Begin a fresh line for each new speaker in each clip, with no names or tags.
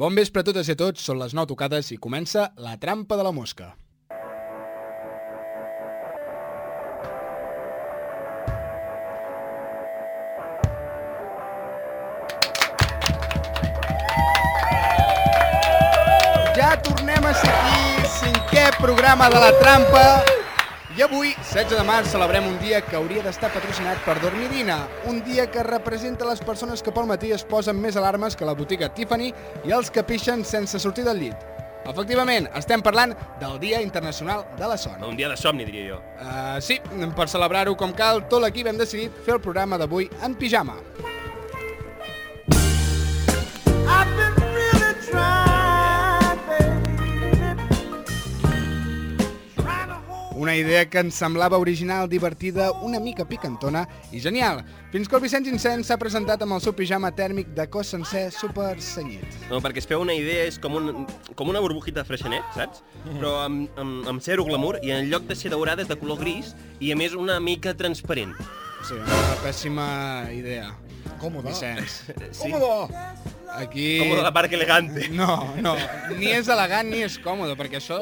Bon vespre a totes i a tots, són les 9 tocades i comença La trampa de la mosca. Ja tornem a ser aquí, cinquè programa de La trampa. I avui, 16 de març, celebrem un dia que hauria d'estar patrocinat per Dormidina, un dia que representa les persones que pel matí es posen més alarmes que la botiga Tiffany i els que pixen sense sortir del llit. Efectivament, estem parlant del Dia Internacional de la Son.
Un dia de somni, diria jo.
Uh, sí, per celebrar-ho com cal, tot l'equip hem decidit fer el programa d'avui en pijama.
I've been really trying, baby. Trying to hold.
Una idea que ens semblava original, divertida, una mica picantona i genial, fins que el Vicenç Incens s'ha presentat amb el seu pijama tèrmic de cos sencer super senyit.
No, perquè es feu una idea, és com, un, com una burbujita de freixenet, saps? Però amb, amb, amb zero glamour i en lloc de ser daurada és de color gris i a més una mica transparent.
Sí, una pèssima idea.
Cómoda.
Vicenç,
Sí?
Cómoda.
aquí...
Com la part elegante.
No, no, ni és elegant ni és còmode, perquè això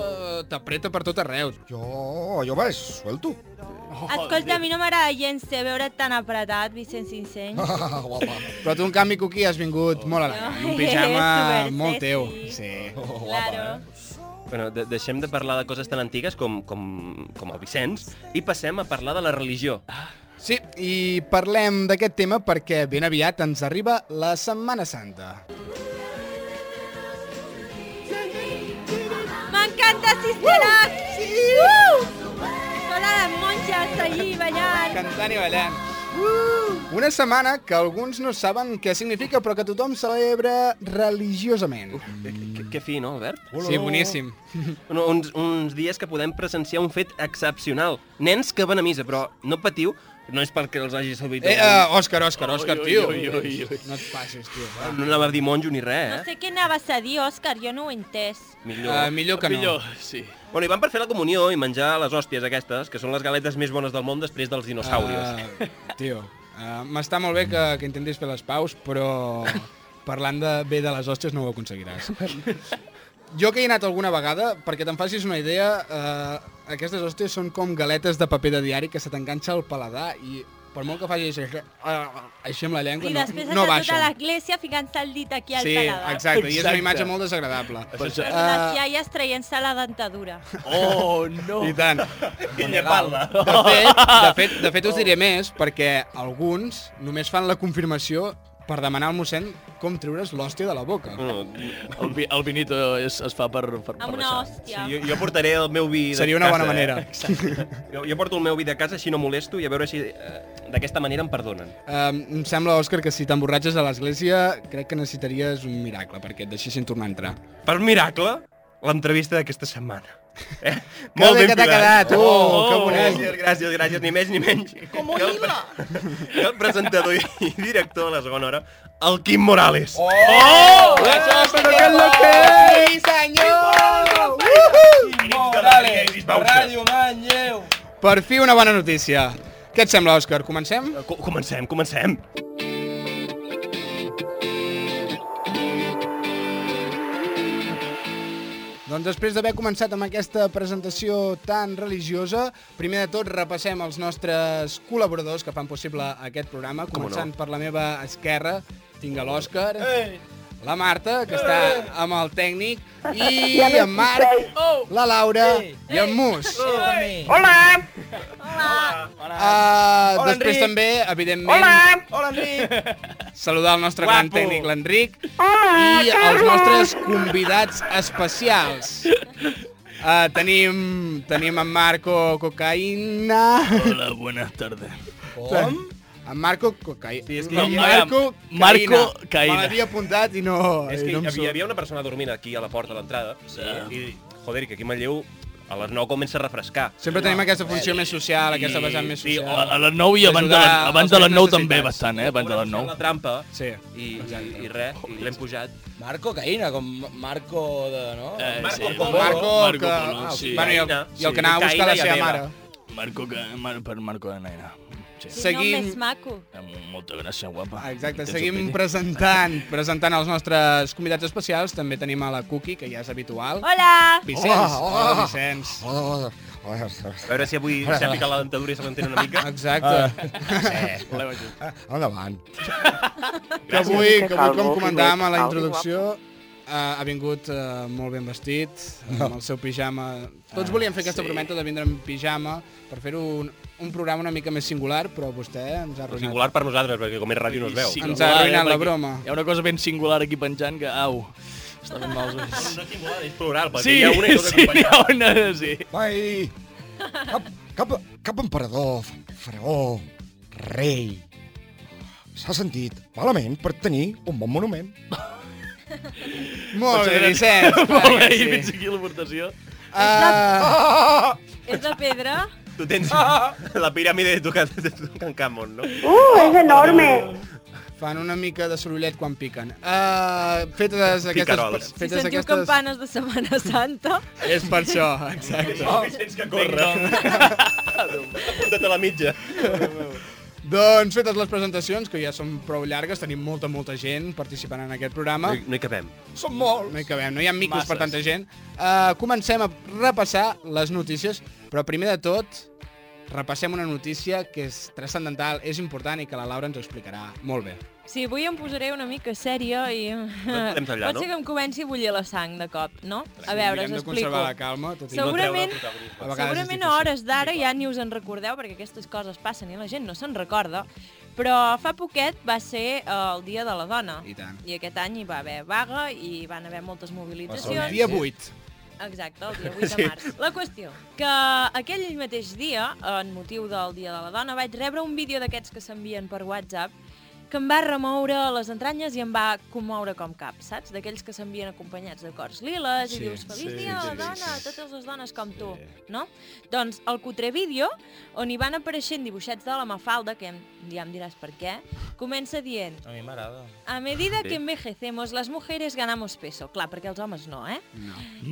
t'apreta per tot arreu.
Jo, jo vaig, suelto.
Escolta, a mi no m'agrada gens ser veure tan apretat, Vicenç Inceny.
Guapa.
Però tu, en canvi, Cuqui, has vingut molt elegant, un
Ai,
pijama
super
molt teu. Oh, eh?
sexy.
Sí.
Claro.
Bueno, de deixem de parlar de coses tan antigues com, com, com el Vicenç i passem a parlar de la religió.
Sí, i parlem d'aquest tema perquè ben aviat ens arriba la Setmana Santa.
M'encanta Sistenac! Sí! Uh! Sola de monges allí ballant.
Cantant i ballant.
Uh!
Una setmana que alguns no saben què significa, però que tothom celebra religiosament.
Que, que, que fi, no, Albert?
Sí, boníssim.
Un, uns, uns dies que podem presenciar un fet excepcional. Nens que van a misa, però no patiu, no és perquè els hagi servit...
Eh,
algun-
uh, Òscar, Òscar, Òscar, tio.
Ui, ui, ui, ui.
No et passis, tio.
Ah,
va.
No anava a dir monjo ni
No
res, eh?
sé què anaves a dir, Òscar, jo no ho he entès.
Millor.
Uh, millor que no. Millor.
sí.
Bueno, i van per fer la comunió i menjar les hòsties aquestes, que són les galetes més bones del món després dels dinosaures.
Uh, tio, uh, m'està molt bé que, que intentis fer les paus, però parlant de bé de les hòsties no ho aconseguiràs. Jo que hi he anat alguna vegada, perquè te'n facis una idea, eh, aquestes hòsties són com galetes de paper de diari que se t'enganxa al paladar i per molt que facis així, eh, així amb la llengua,
I
no,
després has de
no
tota
baixen.
l'església ficant-se el dit aquí al
Sí,
paladar. Doncs
exacte, i és una
Exacte.
imatge molt desagradable.
I
Eh,
les iaies traient-se la dentadura.
Oh, no!
I tant.
I llepar-la.
De fet, de fet, de fet us diré més, perquè alguns només fan la confirmació per demanar al mossèn com treure's l'hòstia de la boca.
El, vi, el vinito es, es fa per, per, per
Amb una
baixar.
Sí,
hòstia.
jo, jo portaré el meu vi de
Seria una
casa,
bona manera.
Eh? Jo, jo porto el meu vi de casa, així no molesto, i a veure si eh, d'aquesta manera em perdonen.
Um, em sembla, Òscar, que si t'emborratxes a l'església crec que necessitaries un miracle perquè et deixessin tornar a entrar.
Per miracle, l'entrevista d'aquesta setmana. Eh?
Que bé que t'ha
Pilar.
quedat, oh, que bonic.
Gràcies, gràcies, gràcies, ni més ni menys. Com que el, que el presentador i- i director de la segona hora, el Quim Morales. Oh!
Eh,
Però què és lo que és? Sí, senyor! Per fi una bona notícia. Què et sembla, Òscar? Comencem?
Eh, Co- Comencem, comencem.
Doncs després d'haver començat amb aquesta presentació tan religiosa, primer de tot repassem els nostres col·laboradors que fan possible aquest programa, començant per la meva esquerra, tinc a l'Òscar, la Marta, que està amb el tècnic, i en Marc, la Laura i en Mus.
À,
Uh, després també, evidentment... Hola! Hola, Enric! Saludar el nostre gran tècnic, l'Enric, i els nostres convidats especials. Uh, tenim, tenim en Marco Cocaïna...
Hola, Eh, buenas tardes.
Com? En Marco Cocaïna. Sí,
és que
en
hi
havia-
Marco
Marco Caïna.
Me l'havia apuntat i no...
És que
i no em
hi havia, hi
surt.
havia una persona dormint aquí a la porta d'entrada sí. i, joder, que aquí a Manlleu a les 9 comença a refrescar.
Sempre tenim aquesta funció més social, aquesta vessant més
Sí,
social.
a a les 9 i abans de,
Ajudar
la, abans
els
de les
més
9 també
necessitats.
bastant, eh? Abans de les
Bueno, fem
9.
La trampa
Sí.
i, i, i res, i l'hem pujat.
Marco Caïna, com Marco de... No?
Eh,
Marco
sí,
Polo.
Marco,
Marco
que...
Polo,
ah,
sí.
Bueno, i el,
Caïna,
i el
sí.
que anava a buscar la
Caïna i
seva
Adela.
mare.
Marco, que- Mar- per Marco de Naina. Sí.
Quin
Seguim- Ah,
nom més maco.
Amb molta gràcia, guapa.
Exacte,
Tens
seguim
opinió?
presentant presentant els nostres convidats especials. També tenim a la Cookie, que ja és habitual.
Hola!
Vicenç.
Hola,
Hola,
hola.
Vicenç.
Hola, hola. hola.
A veure si avui s'ha picat la dentadura i se l'entén una mica. Ah.
Exacte.
Volem ajut.
Ah, Endavant.
Que avui, que avui, com
Calvo,
comentàvem a la
Calvo,
introducció, eh, ha vingut eh, molt ben vestit, amb el seu pijama. Tots volíem fer aquesta prometa de vindre en pijama per fer un, un programa una mica més singular, però vostè ens ha arruïnat.
Singular per nosaltres, perquè com és ràdio no es veu.
Ens
Singular,
ha arruïnat
eh,
la
perquè
broma.
Hi ha una cosa ben singular aquí penjant que, au, està ben mal. eh.
No és singular, és plural, perquè
Sí,
hi ha una i dos
sí, n'hi ha
acompanyats.
una, sí.
Vai. Cap, cap, cap emperador, faraó, rei. S'ha sentit malament per tenir un bon monument.
Molt bé, Vicenç.
Molt bé,
clar que
i
sí.
fins aquí l'aportació.
Ah,
És de pedra?
Tu tens la piràmide de Tutankamon, no?
¡Uh, es enorme!
fan una mica de sorollet quan piquen. Uh, fetes aquestes...
Picarols.
Si
Fetes
sentiu campanes de Setmana Santa,
És per això, exacte.
Oh.
Tens que córrer. Apunta't a la mitja.
Doncs fetes les presentacions, que ja són prou llargues, tenim molta, molta gent participant en aquest programa.
No, hi- no hi capem.
Són molts.
No hi cabem, no hi ha micros
Masses.
per tanta gent. Uh, comencem a repassar les notícies, però primer de tot repassem una notícia que és transcendental, és important i que la Laura ens ho explicarà molt bé.
Sí, avui em posaré una mica sèria i...
podem tallar,
Pot ser
no?
que em comenci a bullir la sang de cop, no? A veure,
Hem
us
de
explico.
conservar la calma, tot i
Segur-
No treure el
Segurament-
protagonisme.
A vegades és
Segurament a
difícil.
hores d'ara ja ni us en recordeu, perquè aquestes coses passen i la gent no se'n recorda, però fa poquet va ser eh, el Dia de la Dona.
I tant.
I aquest any hi va haver vaga i van haver moltes
El
mobilitzacions.
dia 8.
Exacte, el dia 8 de març. La qüestió, que aquell mateix dia, en motiu del Dia de la Dona, vaig rebre un vídeo d'aquests que s'envien per WhatsApp que em va remoure les entranyes i em va commoure com cap, saps? D'aquells que s'envien acompanyats de cors liles
Sí,
i dius feliç
sí,
dia de la
sí,
dona, a totes les dones com tu, no? Doncs el cutre vídeo, on hi van apareixent dibuixets de la Mafalda, que em- ja em diràs per què, comença dient
A mi m'agrada.
a medida que
Sí.
envejecemos, las mujeres ganamos peso. Claro, porque los hombres no, ¿eh?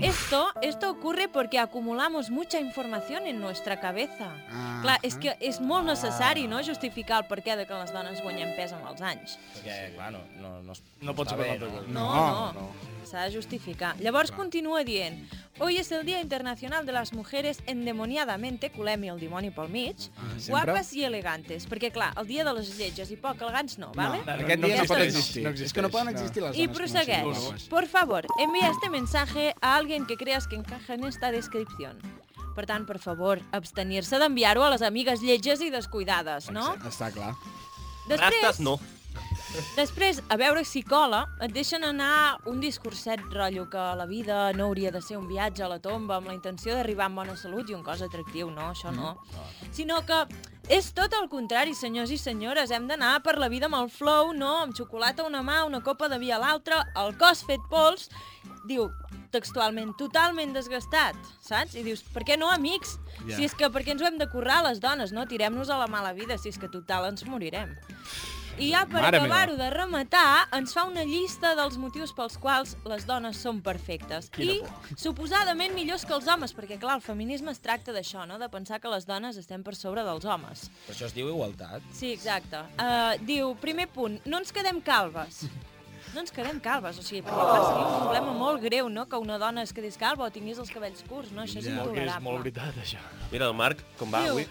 Esto, esto ocurre porque acumulamos mucha información en nuestra cabeza.
Ah,
Clar, és que és molt necessari, no?, justificar el perquè de que les dones guanyem pes amb els anys.
Perquè, clar, no, no, no, es-
No pot
està
ser per
bé,
l'altre
no?
cosa.
No, no. S'ha de justificar. Llavors continua dient Hoy es el Día Internacional de las Mujeres endemoniadamente, colem i el dimoni pel mig,
Ah, sempre.
guapes i elegantes. Perquè, clar, el dia de les lletges i poc elegants no, vale?
No, Ah. Aquest dia no
no
pot
existeix,
existir. No existeix. És que no poden existir les
Y
dones. doncs. que no siguin
prosegueix.
guapes.
Por favor, envía este mensaje a alguien que creas que encaja en esta descripción. Per tant, per favor, abstenir-se d'enviar-ho a les amigues lletges i descuidades, no?
Està clar.
Rastes no.
després, a veure si cola, et deixen anar un discurset rotllo que la vida no hauria de ser un viatge a la tomba amb la intenció d'arribar amb bona salut i un cos atractiu, no, això no. Sinó que és tot el contrari, senyors i senyores, hem d'anar per la vida amb el flow, no? Amb xocolata a una mà, una copa de vi a l'altra, el cos fet pols, diu textualment, totalment desgastat, saps? I dius, per què no, amics?
Ja.
Si és que per què ens ho hem de currar les dones, no? Tirem-nos a la mala vida, si és que total ens morirem. I ja per
Mare meva.
acabar-ho de rematar, ens fa una llista dels motius pels quals les dones són perfectes. I suposadament millors que els homes, perquè clar, el feminisme es tracta d'això, no? de pensar que les dones estem per sobre dels homes.
Però això es diu igualtat.
Sí, exacte. Uh, diu, primer punt, no ens quedem calves. No ens quedem calves, o sigui, perquè clar, seria un problema molt greu, no?, que una dona es quedés calva o tingués els cabells curts, no? Això és
Molt que és molt
intolerable.
veritat, això.
Mira el Marc, com va
Diu,
avui.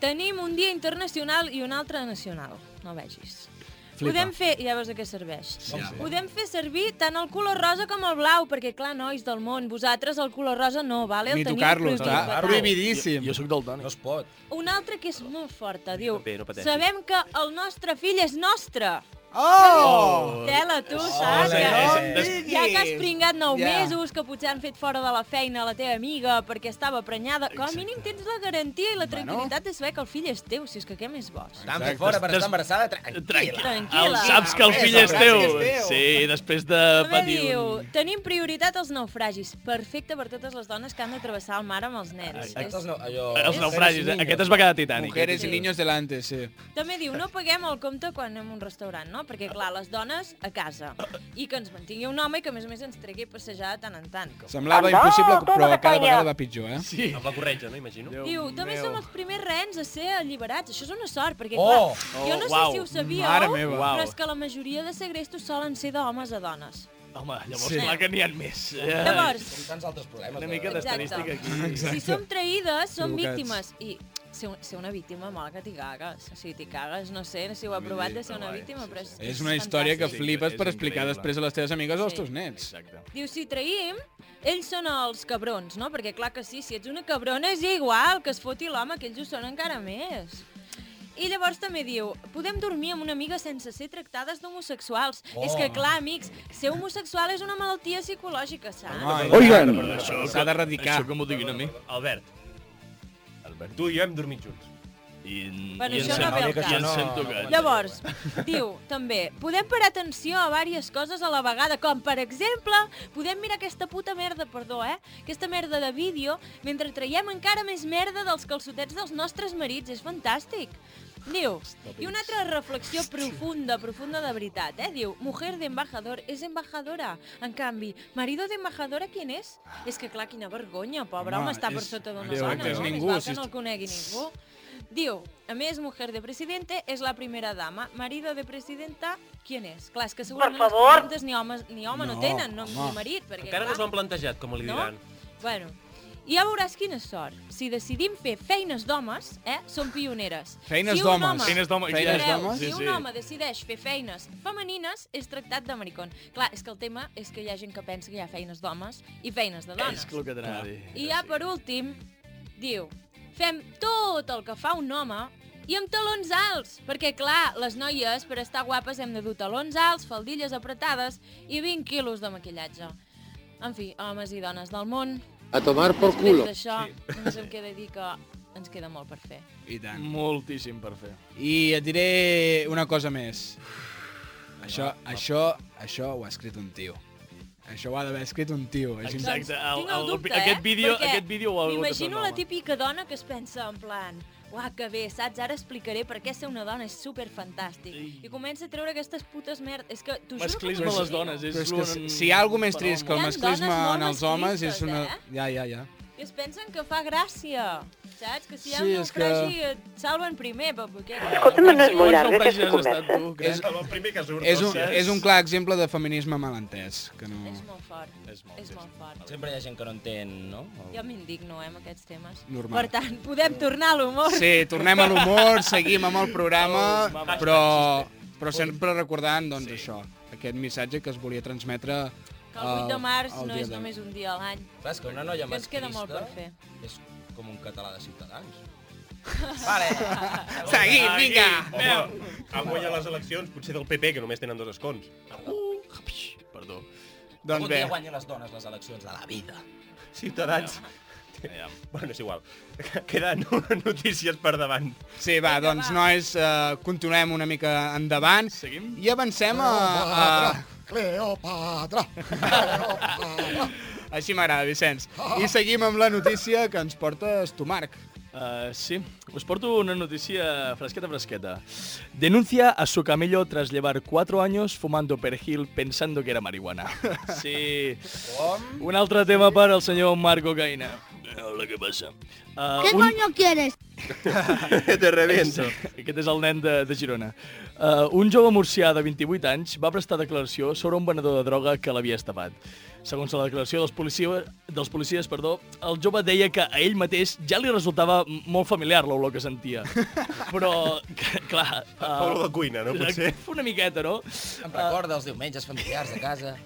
Tenim un dia internacional i un altre nacional. No vegis.
Flipa.
Podem fer... Ja veus de què serveix. Podem fer servir tant el color rosa com el blau, perquè, clar, nois del món, vosaltres el color rosa no, vale? El
Ni
teniu
tocar-lo,
prohibit,
està
fatal.
prohibidíssim.
Jo sóc del Toni.
No es pot.
Un altre que és molt forta, diu...
Bé, no pateixis.
Sabem que el nostre fill és nostre.
Oh!
Tela, tu, saps?
Ole,
Ja-
ole.
"Oh, ja, que has pringat nou
Ja.
mesos, que potser han fet fora de la feina la teva amiga perquè estava prenyada, com a mínim tens la garantia i la tranquil·litat de saber que el fill és teu, si és que què més vols?
T'han fet fora per
Des-
estar embarassada. Tranquil.
Tranquil·la.
El saps que el fill Ah, és
Saps que
teu.
Ah, és teu.
Sí, després de
També
patir
diu,
un...
tenim prioritat als naufragis. Perfecte per totes les dones que han de travessar el mar amb els nens. És-
Els, no, allò,
Els naufragis, eh?
niños.
aquest es va quedar titànic.
Mujeres y
Sí.
niños delante, sí.
També diu, no paguem el compte quan anem a un restaurant, no? no? Perquè, clar, les dones a casa. I que ens mantingui un home i que, a més a més, ens tregui a passejar de tant en tant.
Semblava impossible, però cada vegada va pitjor, eh? Sí.
Amb la corretja, no? Imagino.
Déu
Diu, també
meu.
som els primers rens a ser alliberats. Això és una sort, perquè,
Oh!
clar, jo no
Oh,
sé
uau.
si ho sabíeu,
Mare meva.
però
Uau.
és que la majoria de segrestos solen ser d'homes a dones.
Home, llavors
Sí.
sí. clar que n'hi ha més. Eh,
Llavors,
Com tants altres problemes. eh?
Una
de-
mica d'estadística aquí.
si som traïdes, som
Provocats.
víctimes. I ser, un- ser una víctima, mal que t'hi cagues. O sigui, t'hi cagues, no sé si ho ha provat de ser una víctima, però és,
És una història que
fantàstic.
flipes per
és
explicar
increïble.
després a les teves amigues o als
Sí.
teus nets.
Exacte.
Diu, si traïm, ells són els cabrons, no? Perquè clar que sí, si ets una cabrona és igual que es foti l'home, que ells ho són encara més. I llavors també diu, podem dormir amb una amiga sense ser tractades d'homosexuals. Oh. És que clar, amics, ser homosexual és una malaltia psicològica, saps? No.
Oigan,
Això
S'ha d'erradicar.
Això com ho diguin a mi.
Albert. Albert. Tu i jo hem dormit junts.
I,
Bueno,
i
això
em
no ve al
sento-
cas.
I em sento que...
Llavors, diu, també, podem parar atenció a diverses coses a la vegada, com per exemple, podem mirar aquesta puta merda, perdó, eh? Aquesta merda de vídeo, mentre traiem encara més merda dels calçotets dels nostres marits. És fantàstic. Diu, i una altra reflexió profunda, profunda de veritat, eh? Diu, mujer de embajador és embajadora. En canvi, marido de embajadora, quién és? És que clar, quina vergonya, pobre
Ah. Home,
home, està per
és-
sota d'una
Déu,
dona,
que és
no?
ningú,
Més val
si
que no
est-
el conegui ningú. Diu, a més, mujer de presidente és la primera dama. Marido de presidenta, quién és? Clar, és que segurament les presidentes ni homes, ni home no,
No,
tenen, no,
home.
ni marit, perquè
Encara no
clar,
s'ho han plantejat, com li
No?
diran.
Bueno, i ja veuràs quina sort. Si decidim fer feines d'homes, eh, som pioneres.
Feines
si un
d'homes.
home-
Feines d'homes,
Feines
Mireu,
d'homes?
Si
Sí,
un
sí.
home decideix fer feines femenines, és tractat de maricón. Clar, és que el tema és que hi ha gent que pensa que hi ha feines d'homes i feines de dones.
És el que t'anava a dir.
I ja per últim, diu, fem tot el que fa un home i amb talons alts, perquè clar, les noies per estar guapes hem de dur talons alts, faldilles apretades i 20 quilos de maquillatge. En fi, homes i dones del món,
A tomar por
després d'això només em queda dir que ens queda molt per fer.
I tant.
Moltíssim per fer.
I et diré una cosa més. Això, això, això ho ha escrit un tio. Això ho ha d'haver escrit un tio. És imp-
Exacte, el-
Tinc el
el-
dubte,
aquest
eh?
vídeo-
Perquè
aquest vídeo ho ha hagut de fer
M'imagino
un
la
home.
típica dona que es pensa en plan uah, que bé, saps? Ara explicaré per què ser una dona és superfantàstic. I comença a treure aquestes putes merdes. És que t'ho juro que
Masclisme a les
m'imagino.
dones. És
Però és que
un-
si- si hi ha alguna més trist que
Hi
el
ha
masclisme
dones molt
en els homes és
masclistes,
una...
eh?
Ja, ja, ja.
I es pensen que fa gràcia, saps? Que si hi ha
Sí,
un
és que-
naufragi que... et salven primer, però què?
Escolta'm, no és molt llarg, aquesta conversa.
eh, És,
El primer que surt.
és, un, és un clar exemple de feminisme malentès. Que no...
És molt fort, és molt, és molt fort.
Sempre hi ha gent que no entén, no? El-
Jo m'indigno, eh, amb aquests temes.
Normal.
Per tant, podem tornar a l'humor. Oh,
Sí, tornem a l'humor, seguim amb el programa, però, però sempre recordant doncs, això, aquest missatge que es volia transmetre eh,
Que el 8 de març
uh, el
no
dia
és només un dia a l'any.
Clar, és que una noia
Que ens queda molt per
masclista
fer.
és com un català de Ciutadans. eh, Vale.
Seguim, vinga!
Home, han guanyat les eleccions, potser del PP, que només tenen dos escons.
Perdó.
Un
Doncs bé,
dia guanyen les dones les eleccions de la vida.
Ciutadans. Bueno, és igual. Queden notícies per davant.
sí, va, doncs nois, eh, continuem una mica endavant
Seguim?
i avancem a... a...
Cleopatra, Cleopatra, Cleopatra.
Així m'agrada, Vicenç. I seguim amb la notícia que ens portes tu, Marc.
Uh, sí, os porto una noticia fresqueta, fresqueta. Denuncia a su camello tras llevar cuatro años fumando perejil pensando que era marihuana. Sí. Un altre tema per al senyor Marco Gaina. Hola, què passa? Uh, ¿Qué un... coño
Te reviento.
Aquest és el nen de, de Girona. Uh, un jove murcià de 28 anys va prestar declaració sobre un venedor de droga que l'havia estapat. Segons la declaració dels, policia, dels policies, perdó, el jove deia que a ell mateix ja li resultava m- molt familiar l'olor que sentia. Però, que, clar... Uh,
Olor de cuina, no, potser?
Una miqueta, no?
Em recorda els diumenges familiars de casa.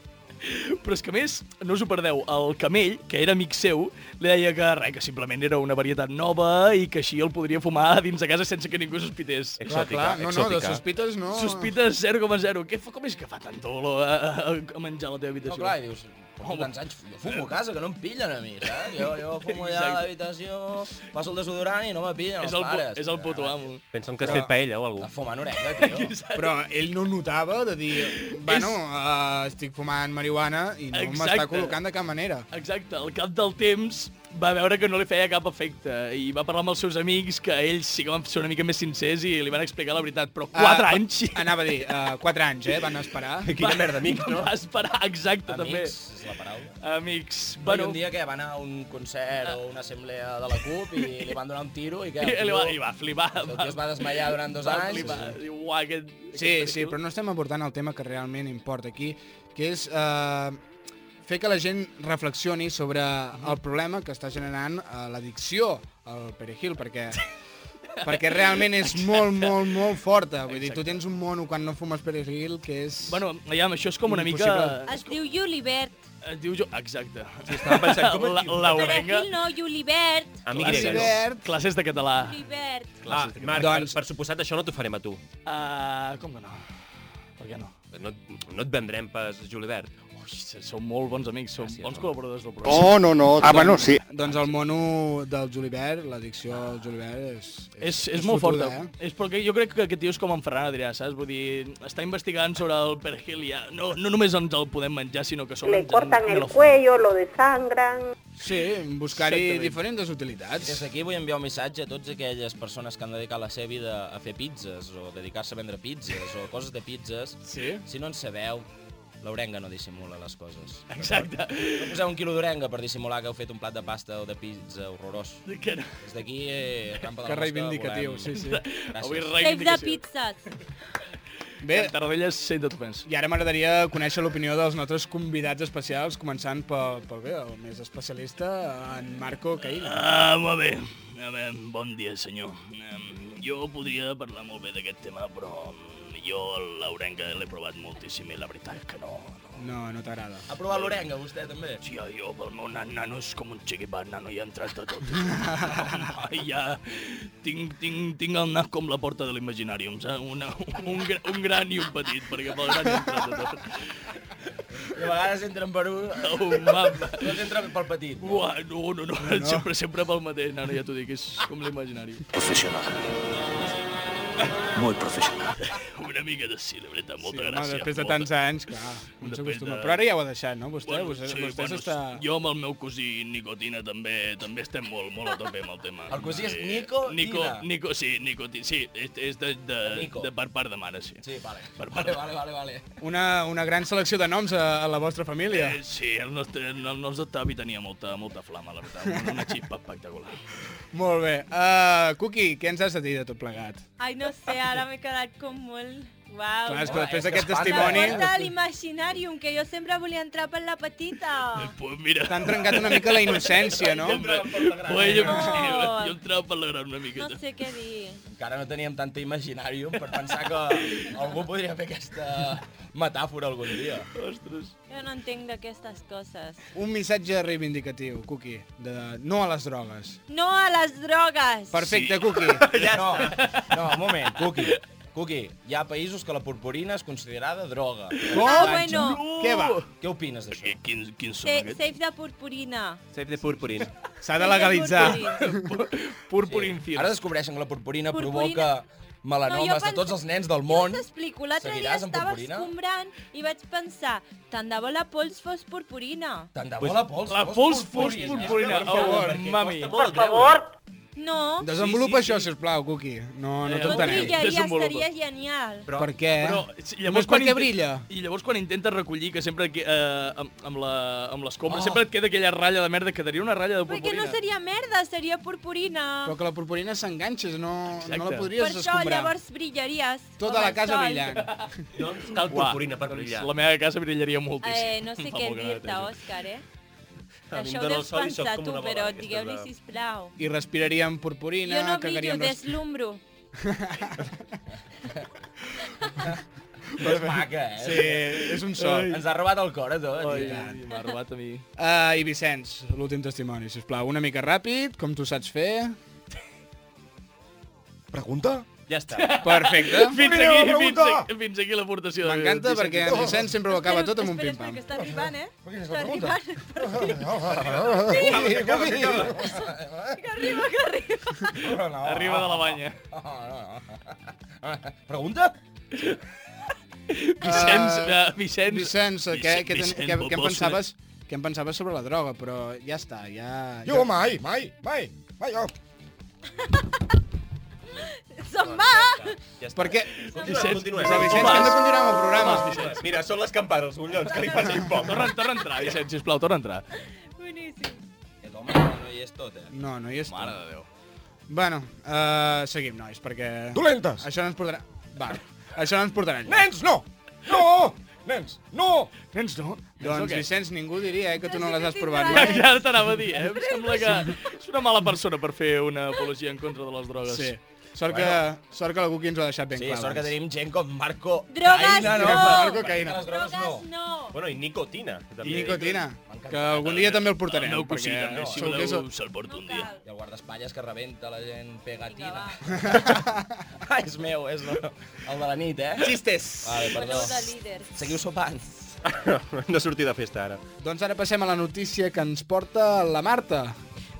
Però és que, a més, no us ho perdeu, el camell, que era amic seu, li deia que res, que simplement era una varietat nova i que així el podria fumar dins de casa sense que ningú sospités.
Exòtica,
no, no, de
exòtica.
sospites no.
Sospites 0,0. Què fa, com és que fa tanta olor a, a, eh, a menjar a la teva
No,
habitació?
clar, i dius, porto tants anys, jo fumo a casa, que no em pillen a mi, saps? Jo, jo fumo allà a l'habitació, passo el desodorant i no me pillen els
és, el, pu-
pares.
és el puto amo.
Pensen que has fet paella o alguna
Està fumant orella, tio.
Però ell no notava de dir, bueno,
eh,
uh, estic fumant marihuana i no m'està
Exacte.
col·locant de cap manera.
Exacte, al cap del temps va veure que no li feia cap efecte i va parlar amb els seus amics que ells sí que van ser una mica més sincers i li van explicar la veritat, però 4
Ah,
anys...
Anava a dir, uh, 4 anys, eh? Van esperar.
Quina merda, amic, no?
Va esperar, exacte,
Amics, és la paraula.
també. Amics.
Bueno, I un dia que va anar a un concert o una assemblea de la CUP i li van donar un tiro i que
I, li va, I va flipar.
el tio es va desmaiar durant dos
va
anys.
flipar. Diu, uah, aquest...
Sí,
aquest
sí, però no estem abordant el tema que realment importa aquí, que és eh, fer que la gent reflexioni sobre el problema que està generant eh, l'addicció al perejil, perquè perquè realment és molt, molt, molt forta. Vull dir, tu tens un mono quan no fumes perejil que és...
Bueno, aviam, això és com una mica...
Impossible.
Es diu Julibert.
Es diu jo... Exacte. Sí,
estava pensant, com es
la,
diu?
la orenga.
Perejil no, Julibert.
Amic
Classes-
grec.
Julivert.
Classes de català.
Julibert.
Ah, Marc,
Doncs-
per, per suposat això no t'ho farem a tu.
Uh, com que no? Per què no?
No, no et vendrem pas, Julivert.
Ui, sou molt bons amics, sou
Gràcies,
bons
home.
col·laboradors del programa.
Oh, no, no. Ah, bueno, sí.
Doncs el mono del Julivert, l'addicció al Julivert és...
És, és, molt forta.
fotuda, eh?
eh?
És perquè jo crec que aquest tio és com en Ferran Adrià, saps? Vull dir, està investigant sobre el perejil i ja no, no només ens el podem menjar, sinó que som...
Le cortan el cuello, lo desangran.
Sí, buscar-hi
Exactament.
diferents
Des
utilitats.
d'aquí vull enviar un missatge a totes aquelles persones que han dedicat la seva vida a fer pizzas o dedicar-se a vendre pizzas o coses de pizzas.
Sí?
Si no en sabeu, l'orenga no dissimula les coses.
Exacte.
No poseu un quilo d'orenga per dissimular que heu fet un plat de pasta o de pizza horrorós.
Que no.
Des d'aquí, eh, Rampa
Que
de la Mosca,
reivindicatiu,
volem-
sí, sí.
Avui
Save
Gràcies.
the
reivindicació.
pizzas.
Bé,
Tardelles, sent tu pens.
I ara m'agradaria conèixer l'opinió dels nostres convidats especials, començant pel, pel bé, el més especialista, en Marco Caína.
Ah, molt bé. A veure, bon dia, senyor. Em, Jo podria parlar molt bé d'aquest tema, però em, jo l'orenga l'he provat moltíssim i la veritat és que no. no.
No, no t'agrada.
Ah,
Ha provat l'orenga, vostè, també?
Sí, ah, jo, pel meu nan, nano és com un xiquipat, nano, hi ha entrat de tot. No, no, ja tinc, tinc, tinc el nas com la porta de l'Imaginarium, saps? Una, un, gra- un gran i un petit, perquè pel gran hi ha entrat de tot.
I a vegades entren per un...
Un mapa.
Tots entren pel petit.
Uah, no, no, no, no, sempre, sempre pel mateix, nano, ja t'ho dic, és com l'imaginari.
Professional. Molt professional.
Una mica de sí, de veritat, molta
home,
gràcia.
després de
molta-
tants anys, clar, un
Després
s'acostuma.
de-
Però ara ja ho ha deixat, no? Vostè,
Bueno,
vostè,
sí,
vostè
bueno,
s'està...
Jo amb el meu cosí Nicotina també també estem molt, molt a tope amb el tema.
El cosí és
Eh,
Nico
Nico,
Tina.
Nico, sí, Nico, sí, és, és de, de,
De Nico.
de, per part de mare, sí.
Sí, vale.
Per part
Vale,
de-
vale, vale, vale.
Una, una gran selecció de noms a, a la vostra família.
Eh, sí, el nostre, el nostre tavi tenia molta, molta flama, la veritat, una- una xispa espectacular.
Molt bé. Uh, Cuqui, què ens has de dir de tot plegat?
Ai, no sé, ara m'he quedat com molt... Uau.
Clar, és que
home,
després
és que
d'aquest
espanta,
La
testimoni
porta de l'Imaginarium, que jo sempre volia entrar per la petita.
Pues mira...
t'han trencat una mica la innocència, no?
Sempre, pues jo,
No.
eh? jo entrava per la gran una
No
miqueta.
sé què dir.
Encara no teníem tanta imaginàrium per pensar que algú podria fer aquesta metàfora algun dia.
Ostres.
Jo no entenc d'aquestes coses.
Un missatge reivindicatiu, Cuqui, de no a les drogues.
No a les drogues!
Perfecte, Cuqui.
Ja Eh, no, no, un moment, Cuqui. Cuqui, hi ha països que la purpurina és considerada droga.
Ah, bueno,
Què va?
Què opines d'això?
Qui- Quins, quins són
sa-
aquests?
safe de purpurina.
Save the purpurin.
S'ha de legalitzar.
Safe de purpurina.
Purpurin sí.
Ara descobreixen que la purpurina,
Purpurina.
provoca melanomes de
penso-
tots els nens del
Jo
món.
us explico, l'altre dia
Seguiràs amb
estava
purpurina?
escombrant i vaig pensar, tant de bo la pols fos purpurina.
Tant de bo la pols
La
fos
pols, pols, purpurina.
Per favor.
Oh, mami.
Por favor,
No,
eh?
Desenvolupa sí, sí, això, sisplau, Cuqui. No, no
Eh,
no
t'entenem.
brillaria,
Desenvolupa.
estaria genial.
Però, per què?
Però, si- llavors,
Només perquè
inten-
brilla.
I llavors quan intentes recollir, que sempre que, eh, amb, amb, la, amb l'escombra, oh. sempre et queda aquella ratlla de merda, quedaria una ratlla de
Perquè
purpurina.
no seria merda, seria purpurina.
Però que la purpurina s'enganxes, no, no la
Per
podries
això
escombrar.
llavors brillaries.
Tota
com
la
el
casa
sol.
brillant.
No ens cal
Uah,
purpurina per brillar.
Doncs La meva casa brillaria moltíssim.
Eh, no sé
Fa
què
molt gran
dir-te, Òscar, eh?
A mi em
Això ho
dóna el
deus
sol i sóc
pensar
com
tu,
una bola
però
d'aquestes
digueu-li,
de-
sisplau.
I respiraríem purpurina,
Jo no brillo,
cagaríem... res-
deslumbro.
És maca, eh?
Sí, és un so.
Ens ha robat el cor a tots.
Ai, ai, m'ha robat a mi.
Uh, I Vicenç, l'últim testimoni, sisplau. Una mica ràpid, com tu saps fer.
Pregunta?
Ja està.
Perfecte.
Fins
Mira,
aquí,
la
fins,
pregunta!
aquí, fins aquí l'aportació. de-
M'encanta
de-
perquè en Vicenç sempre ho acaba
Espera,
tot amb un
espera,
pim-pam.
Espera, que està arribant, eh?
Quina és
Està
la pregunta?
arribant, que arriba, que arriba.
No, no.
Arriba de la banya.
No, no,
Ah,
no. Pregunta?
Vicenç, uh, Vicenç... eh,
Vicenç, eh, què, què,
Ah,
ten,
Vicenç,
què, què en
vos-
pensaves? que em pensava sobre la droga, però ja està, ja...
Jo mai, mai, mai, oh. mai, jo.
Se'n va!
eh?
Ja està.
eh?
Perquè...
Continuem, continuem.
Els Vicenç, que hem de continuar amb el programa.
Mira, són les campanes, els bullons, que li facin poc.
Torna, torna a entrar, Vicenç, sisplau, torna a entrar.
Boníssim.
Aquest home no hi és tot, eh?
No, no hi és.
Mare de Déu.
Bueno, uh, seguim, nois, perquè...
Dolentes.
Això no ens portarà... Va, això no ens portarà enlloc.
Nens, no! No! Nens, no!
Nens, no.
Nens, o
Doncs,
què?
Vicenç, ningú diria eh, que tu no les has provat
Ja,
mai.
ja t'anava a dir, eh? Em sembla que és una mala persona per fer una apologia en contra de les drogues.
Sí. Sort que, sort que algú que ens ho ha deixat ben
Sí,
clar. doncs.
sort que
abans.
tenim gent com Marco
Drogues
Caïna,
no!
Marco
Caïna.
Les drogues no.
Drogues no!
Bueno, i nicotina. també.
I nicotina, que algun dia també el portarem.
El meu cosí
perquè
també, si
sou que
voleu,
sou-
se'l porto un
No
dia.
cal.
I el guardaespatlles que rebenta la gent pegatina.
Vinga,
Ah, és meu, és el, el de la nit, eh?
Xistes.
Vale, perdó.
Perdó de líder.
Seguiu sopant.
No sortir de festa, ara.
Doncs ara passem a la notícia que ens porta la Marta.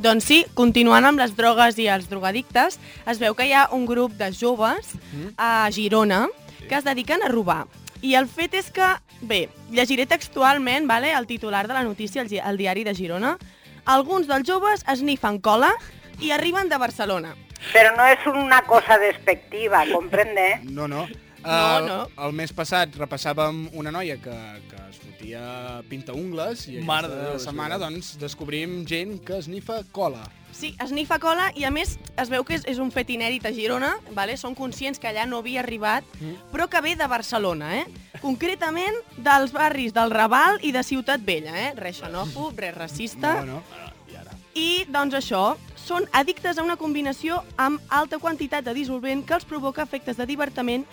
Doncs sí, continuant amb les drogues i els drogadictes, es veu que hi ha un grup de joves
Mm.
a Girona que es dediquen a robar. I el fet és que, bé, llegiré textualment vale, el titular de la notícia al, gi- al diari de Girona. Alguns dels joves es nifen cola i arriben de Barcelona.
Pero no es una cosa despectiva, comprende, eh?
No, no.
No,
El,
no.
el mes passat repassàvem una noia que, que es fotia pinta ungles i
Mare de Déu,
aquesta
és
setmana
veritat.
doncs, descobrim gent que es nifa cola.
Sí, es nifa cola i a més es veu que és, és un fet inèdit a Girona, vale? són conscients que allà no havia arribat,
Mm.
però que ve de Barcelona, eh? Concretament dels barris del Raval i de Ciutat Vella, eh? Res xenòfob, res racista.
No, no.
I, doncs això, són addictes a una combinació amb alta quantitat de dissolvent que els provoca efectes de divertiment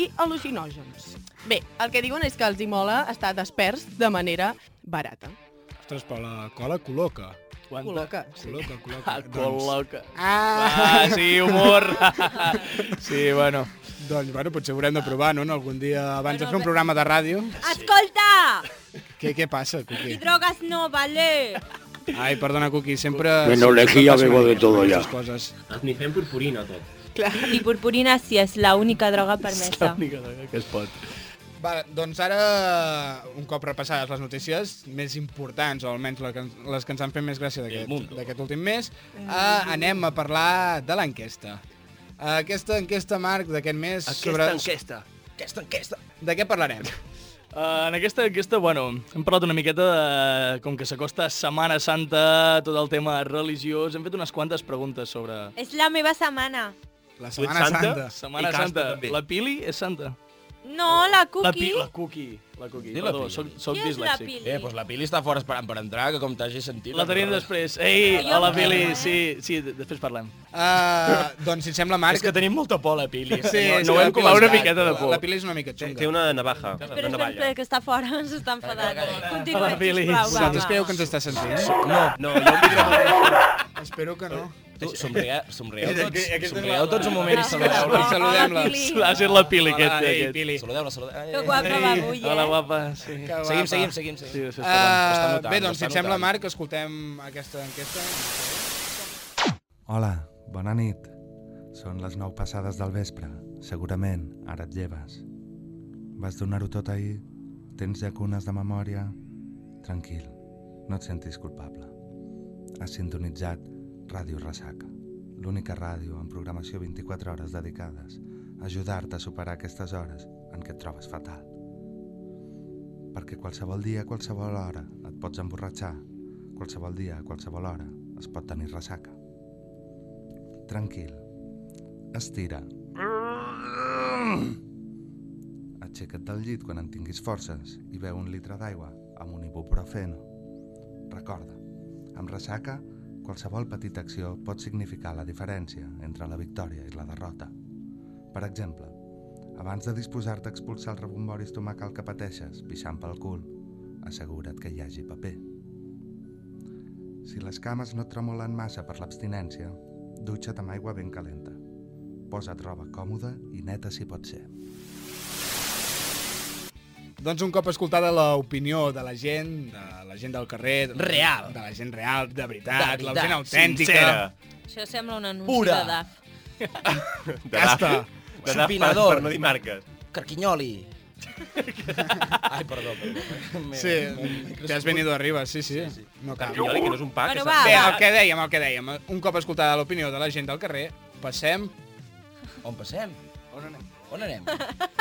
i al·lucinògens. Bé, el que diuen és que els hi mola estar desperts de manera barata.
Ostres, però la cola col·loca.
Col·loca. Sí.
Col·loca, col·loca.
Ah, col·loca.
Ah,
Ah, sí, humor. sí, bueno.
doncs, bueno, potser haurem de provar, no?, en algun dia abans de
Bueno,
fer un
bé.
programa de ràdio.
Escolta!
Què, què passa, Cuqui?
I drogues no, vale?
Ai, perdona, Cuqui, sempre...
Bueno,
sempre
lejía
passo una
bebo de
mica
todo
per
ya.
aquestes Coses.
Ni fem purpurina, tot.
I purpurina sí, és l'única droga
És
permesa.
l'única droga que es pot.
Va, doncs ara, un cop repassades les notícies més importants, o almenys la que ens- les que ens han fet més gràcia d'aquest d'aquest últim mes, eh, anem a parlar de l'enquesta. Eh, Aquesta enquesta, Marc, d'aquest mes, sobre...
enquesta.
Aquesta enquesta.
De què parlarem?
Uh, en aquesta, aquesta, bueno, hem parlat una miqueta de... Com que s'acosta Setmana Santa, tot el tema religiós, hem fet unes quantes preguntes sobre...
És la meva setmana.
La
Tu ets
Setmana
santa?
Santa.
Setmana
I casta,
Santa.
també.
La Pili és santa.
No, la
La, pi,
cookie.
la Cookie. La Cookie.
Di la
Perdó,
Pili.
soc, soc
Qui és la
dislèxic.
Pili?
Eh, doncs la Pili està fora esperant per entrar, que com t'hagis sentit...
La tenim després. Ei,
Jo
hola,
no,
Pili.
eh?
Sí, sí, de- després parlem.
Eh, doncs, si et sembla, Marc...
És que tenim molta por, la Pili.
Sí,
no,
és
no ho
que la
hem
Pili-
comentat.
una miqueta de
la-
por.
La Pila és una mica
Té
xunga.
una navaja, una
Espera, espera, espera,
navalla.
que està fora, s'està enfadant.
Hola, Billy.
Continua, sisplau, va,
Vosaltres creieu que ens
va.
està sentint?
No, no, jo em vidre molt...
Espero que no.
Tu, somrieu, somrieu
Aquest-
tots,
aquest és
somrieu tots un moment i
Hola,
saludeu-la.
saludem-la.
Ha
Pili.
estat la Pili, aquest.
Hola, ei,
aquest.
Pili.
Saludeu-la, saludeu-la. Eh,
Que
eh,
guapa va avui, eh?
Hola, guapa. Sí.
Que
Seguim,
guapa.
seguim, seguim,
Sí,
seguim.
després parlem.
Eh,
notant,
bé,
ho
doncs, si
està
et sembla,
notant.
Marc, escoltem aquesta enquesta.
Hola, bona nit. Són les 9 passades del vespre. Segurament, ara et lleves. Vas donar-ho tot ahir? Tens llacunes de memòria? Tranquil, no et sentis culpable. Has sintonitzat Ràdio Ressaca, l'única ràdio amb programació 24 hores dedicades a ajudar-te a superar aquestes hores en què et trobes fatal. Perquè qualsevol dia, a qualsevol hora, et pots emborratxar. Qualsevol dia, a qualsevol hora, es pot tenir ressaca. Tranquil. Estira. Aixeca't del llit quan en tinguis forces i beu un litre d'aigua amb un ibuprofeno. Recorda, amb ressaca, qualsevol petita acció pot significar la diferència entre la victòria i la derrota. Per exemple, abans de disposar-te a expulsar el rebombori estomacal que pateixes, pixant pel cul, assegura't que hi hagi paper. Si les cames no et tremolen massa per l'abstinència, dutxa't amb aigua ben calenta. Posa't roba còmoda i neta si pot ser.
Doncs un cop escoltada l'opinió de la gent, de la gent del carrer... De,
Real.
De la gent real, de veritat,
De
de la
veritat,
gent autèntica.
Sincera.
Això sembla un anunci
Pura.
de DAF.
De
Ja està.
DAF, de DAF per,
Supinador.
per no dir marques.
Carquinyoli. Ai, perdó, perdó.
Sí, te has venido arriba, sí, sí. No cal.
Tranquil, que no és un pa, que Bueno,
Bé, el que dèiem, el que dèiem. Un cop escoltada l'opinió de la gent del carrer, passem...
On passem?
On anem?
On anem?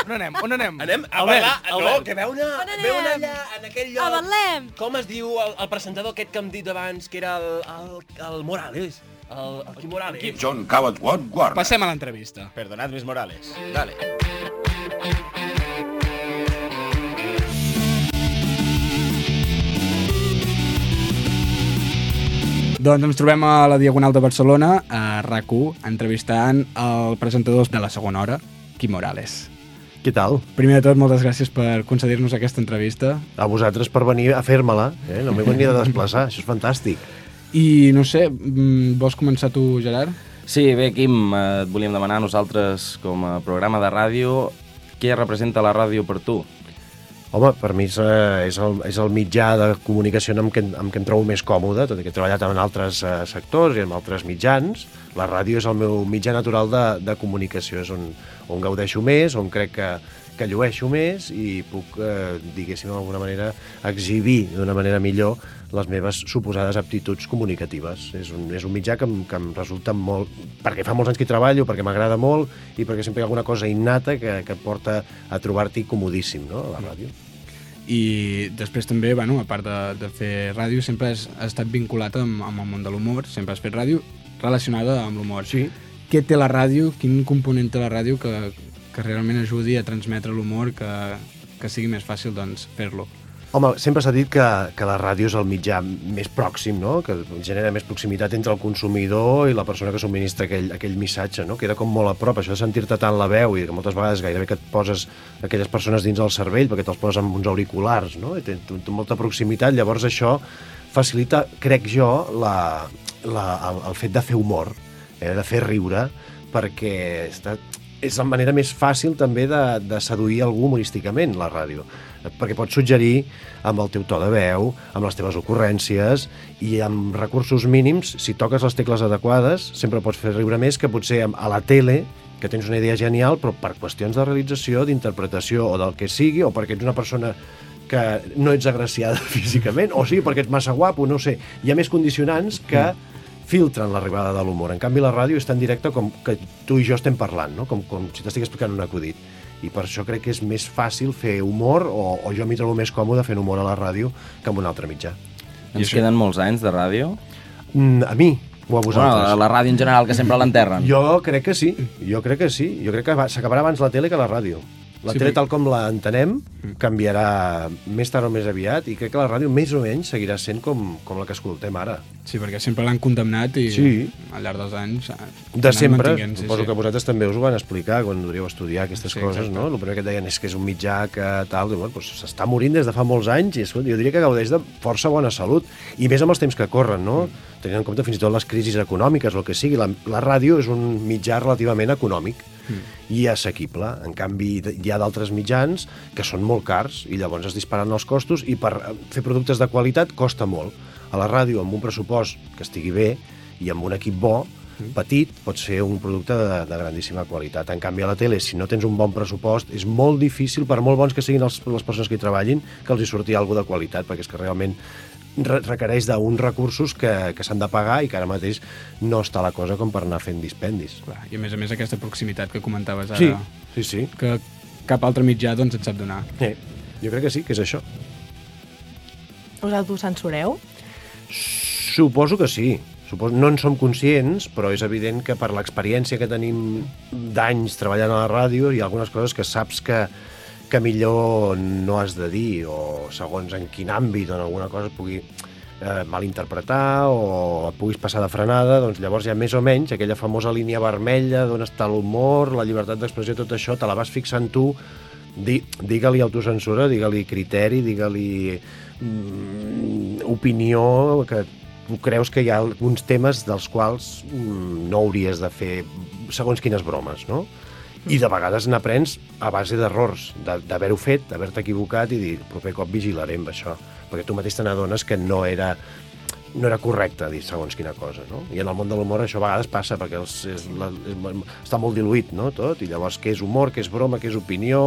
On anem? On anem?
Anem a
Albert,
bailar...
Albert.
No, que veu una...
On anem?
Veu una allà, en aquell lloc...
A Betlem.
Com es diu el, el presentador aquest que hem dit abans, que era el, el, el Morales? El, el Quim Morales.
John Coward Warner.
Passem a l'entrevista.
Perdonad, mis Morales. Dale.
Doncs ens trobem a la Diagonal de Barcelona, a RAC1, entrevistant el presentador de la segona hora, Quim Morales.
Què tal?
Primer de tot, moltes gràcies per concedir-nos aquesta entrevista.
A vosaltres per venir a fer-me-la, eh? No m'he venit de desplaçar, això és fantàstic.
I no sé, mm, vols començar tu, Gerard?
Sí, bé, Quim, eh, et volíem demanar a nosaltres, com a programa de ràdio, què representa la ràdio per tu?
Home, per mi és, eh, és, el, és el mitjà de comunicació amb què, amb què em trobo més còmode, tot i que he treballat en altres eh, sectors i en altres mitjans. La ràdio és el meu mitjà natural de, de comunicació, és on, on gaudeixo més, on crec que, que llueixo més i puc, eh, diguéssim, d'alguna manera, exhibir d'una manera millor les meves suposades aptituds comunicatives. És un, és un mitjà que em, que em resulta molt... perquè fa molts anys que hi treballo, perquè m'agrada molt i perquè sempre hi ha alguna cosa innata que, que et porta a trobar-t'hi comodíssim, no?, a la ràdio.
I després també, bueno, a part de, de fer ràdio, sempre has, has estat vinculat amb, amb el món de l'humor, sempre has fet ràdio relacionada amb l'humor.
Sí.
Què té la ràdio, quin component té la ràdio que, que realment ajudi a transmetre l'humor, que, que sigui més fàcil doncs, fer-lo?
Home, sempre s'ha dit que, que la ràdio és el mitjà més pròxim, no? que genera més proximitat entre el consumidor i la persona que subministra aquell, aquell missatge. No? Queda com molt a prop, això de sentir-te tant la veu i que moltes vegades gairebé que et poses aquelles persones dins el cervell perquè te'ls poses amb uns auriculars, no? i té té molta proximitat, llavors això facilita, crec jo, la, la, el, el fet de fer humor, eh? de fer riure, perquè està, és la manera més fàcil també de, de seduir algú humorísticament, la ràdio, perquè pots suggerir amb el teu to de veu, amb les teves ocurrències i amb recursos mínims, si toques les tecles adequades, sempre pots fer riure més que potser amb- a la tele, que tens una idea genial, però per qüestions de realització, d'interpretació o del que sigui, o perquè ets una persona que no ets agraciada físicament, o sigui, perquè ets massa guapo, no ho sé. Hi ha més condicionants que Mm. filtren l'arribada de l'humor. En canvi, la ràdio és tan directa com que tu i jo estem parlant, no? com, com si t'estic explicant un acudit. I per això crec que és més fàcil fer humor, o, o jo m'hi trobo més còmode fent humor a la ràdio que amb un altre mitjà.
Ens queden molts anys de ràdio?
Mm, a mi, o a vosaltres.
Bueno, a la ràdio en general, que sempre l'enterren.
Jo crec que sí, jo crec que sí. Jo crec que va- s'acabarà abans la tele que la ràdio. La
Sí,
sí, tele,
perquè-
tal com la entenem, canviarà més tard o més aviat i crec que la ràdio més o menys seguirà sent com, com la que escoltem ara.
Sí, perquè sempre l'han condemnat i
Sí.
al llarg dels anys... ha-
De
anat
sempre,
mantenint, sí,
suposo
sí.
que vosaltres també us ho van explicar quan hauríeu estudiar aquestes
Sí,
sí, coses,
exacte.
no? El primer que et deien és que és un mitjà que tal, i, bueno, doncs s'està morint des de fa molts anys i escolta, jo diria que gaudeix de força bona salut, i més amb els temps que corren, no? Mm. Tenint en compte fins i tot les crisis econòmiques, el que sigui, la, la ràdio és un mitjà relativament econòmic i assequible. En canvi, d- hi ha d'altres mitjans que són molt cars i llavors es disparen els costos i per eh, fer productes de qualitat costa molt. A la ràdio, amb un pressupost que estigui bé i amb un equip bo, petit, pot ser un producte de, de grandíssima qualitat. En canvi, a la tele, si no tens un bon pressupost, és molt difícil, per molt bons que siguin els, les persones que hi treballin, que els hi surti alguna de qualitat, perquè és que realment re- requereix d'uns recursos que, que s'han de pagar i que ara mateix no està la cosa com per anar fent dispendis. Clar,
I a més a més aquesta proximitat que comentaves ara,
Sí, sí, sí.
que cap altre mitjà doncs et sap donar.
Eh, jo crec que sí, que és això.
Us autocensureu?
Suposo que sí. Suposo, no en som conscients, però és evident que per l'experiència que tenim d'anys treballant a la ràdio hi ha algunes coses que saps que, que millor no has de dir o segons en quin àmbit o en alguna cosa es pugui eh, malinterpretar o et puguis passar de frenada, doncs llavors ja més o menys aquella famosa línia vermella d'on està l'humor, la llibertat d'expressió, tot això, te la vas fixant tu Di- digue-li autocensura, digue-li criteri, digue-li mm, opinió, que tu creus que hi ha alguns temes dels quals mm, no hauries de fer segons quines bromes, no? I de vegades n'aprens a base d'errors, de- d'haver-ho fet, d'haver-te equivocat i dir, proper cop vigilaré amb això, perquè tu mateix te n'adones que no era no era correcte dir segons quina cosa, no? I en el món de l'humor això a vegades passa, perquè els, és, la, és, està molt diluït, no?, tot, i llavors què és humor, què és broma, què és opinió,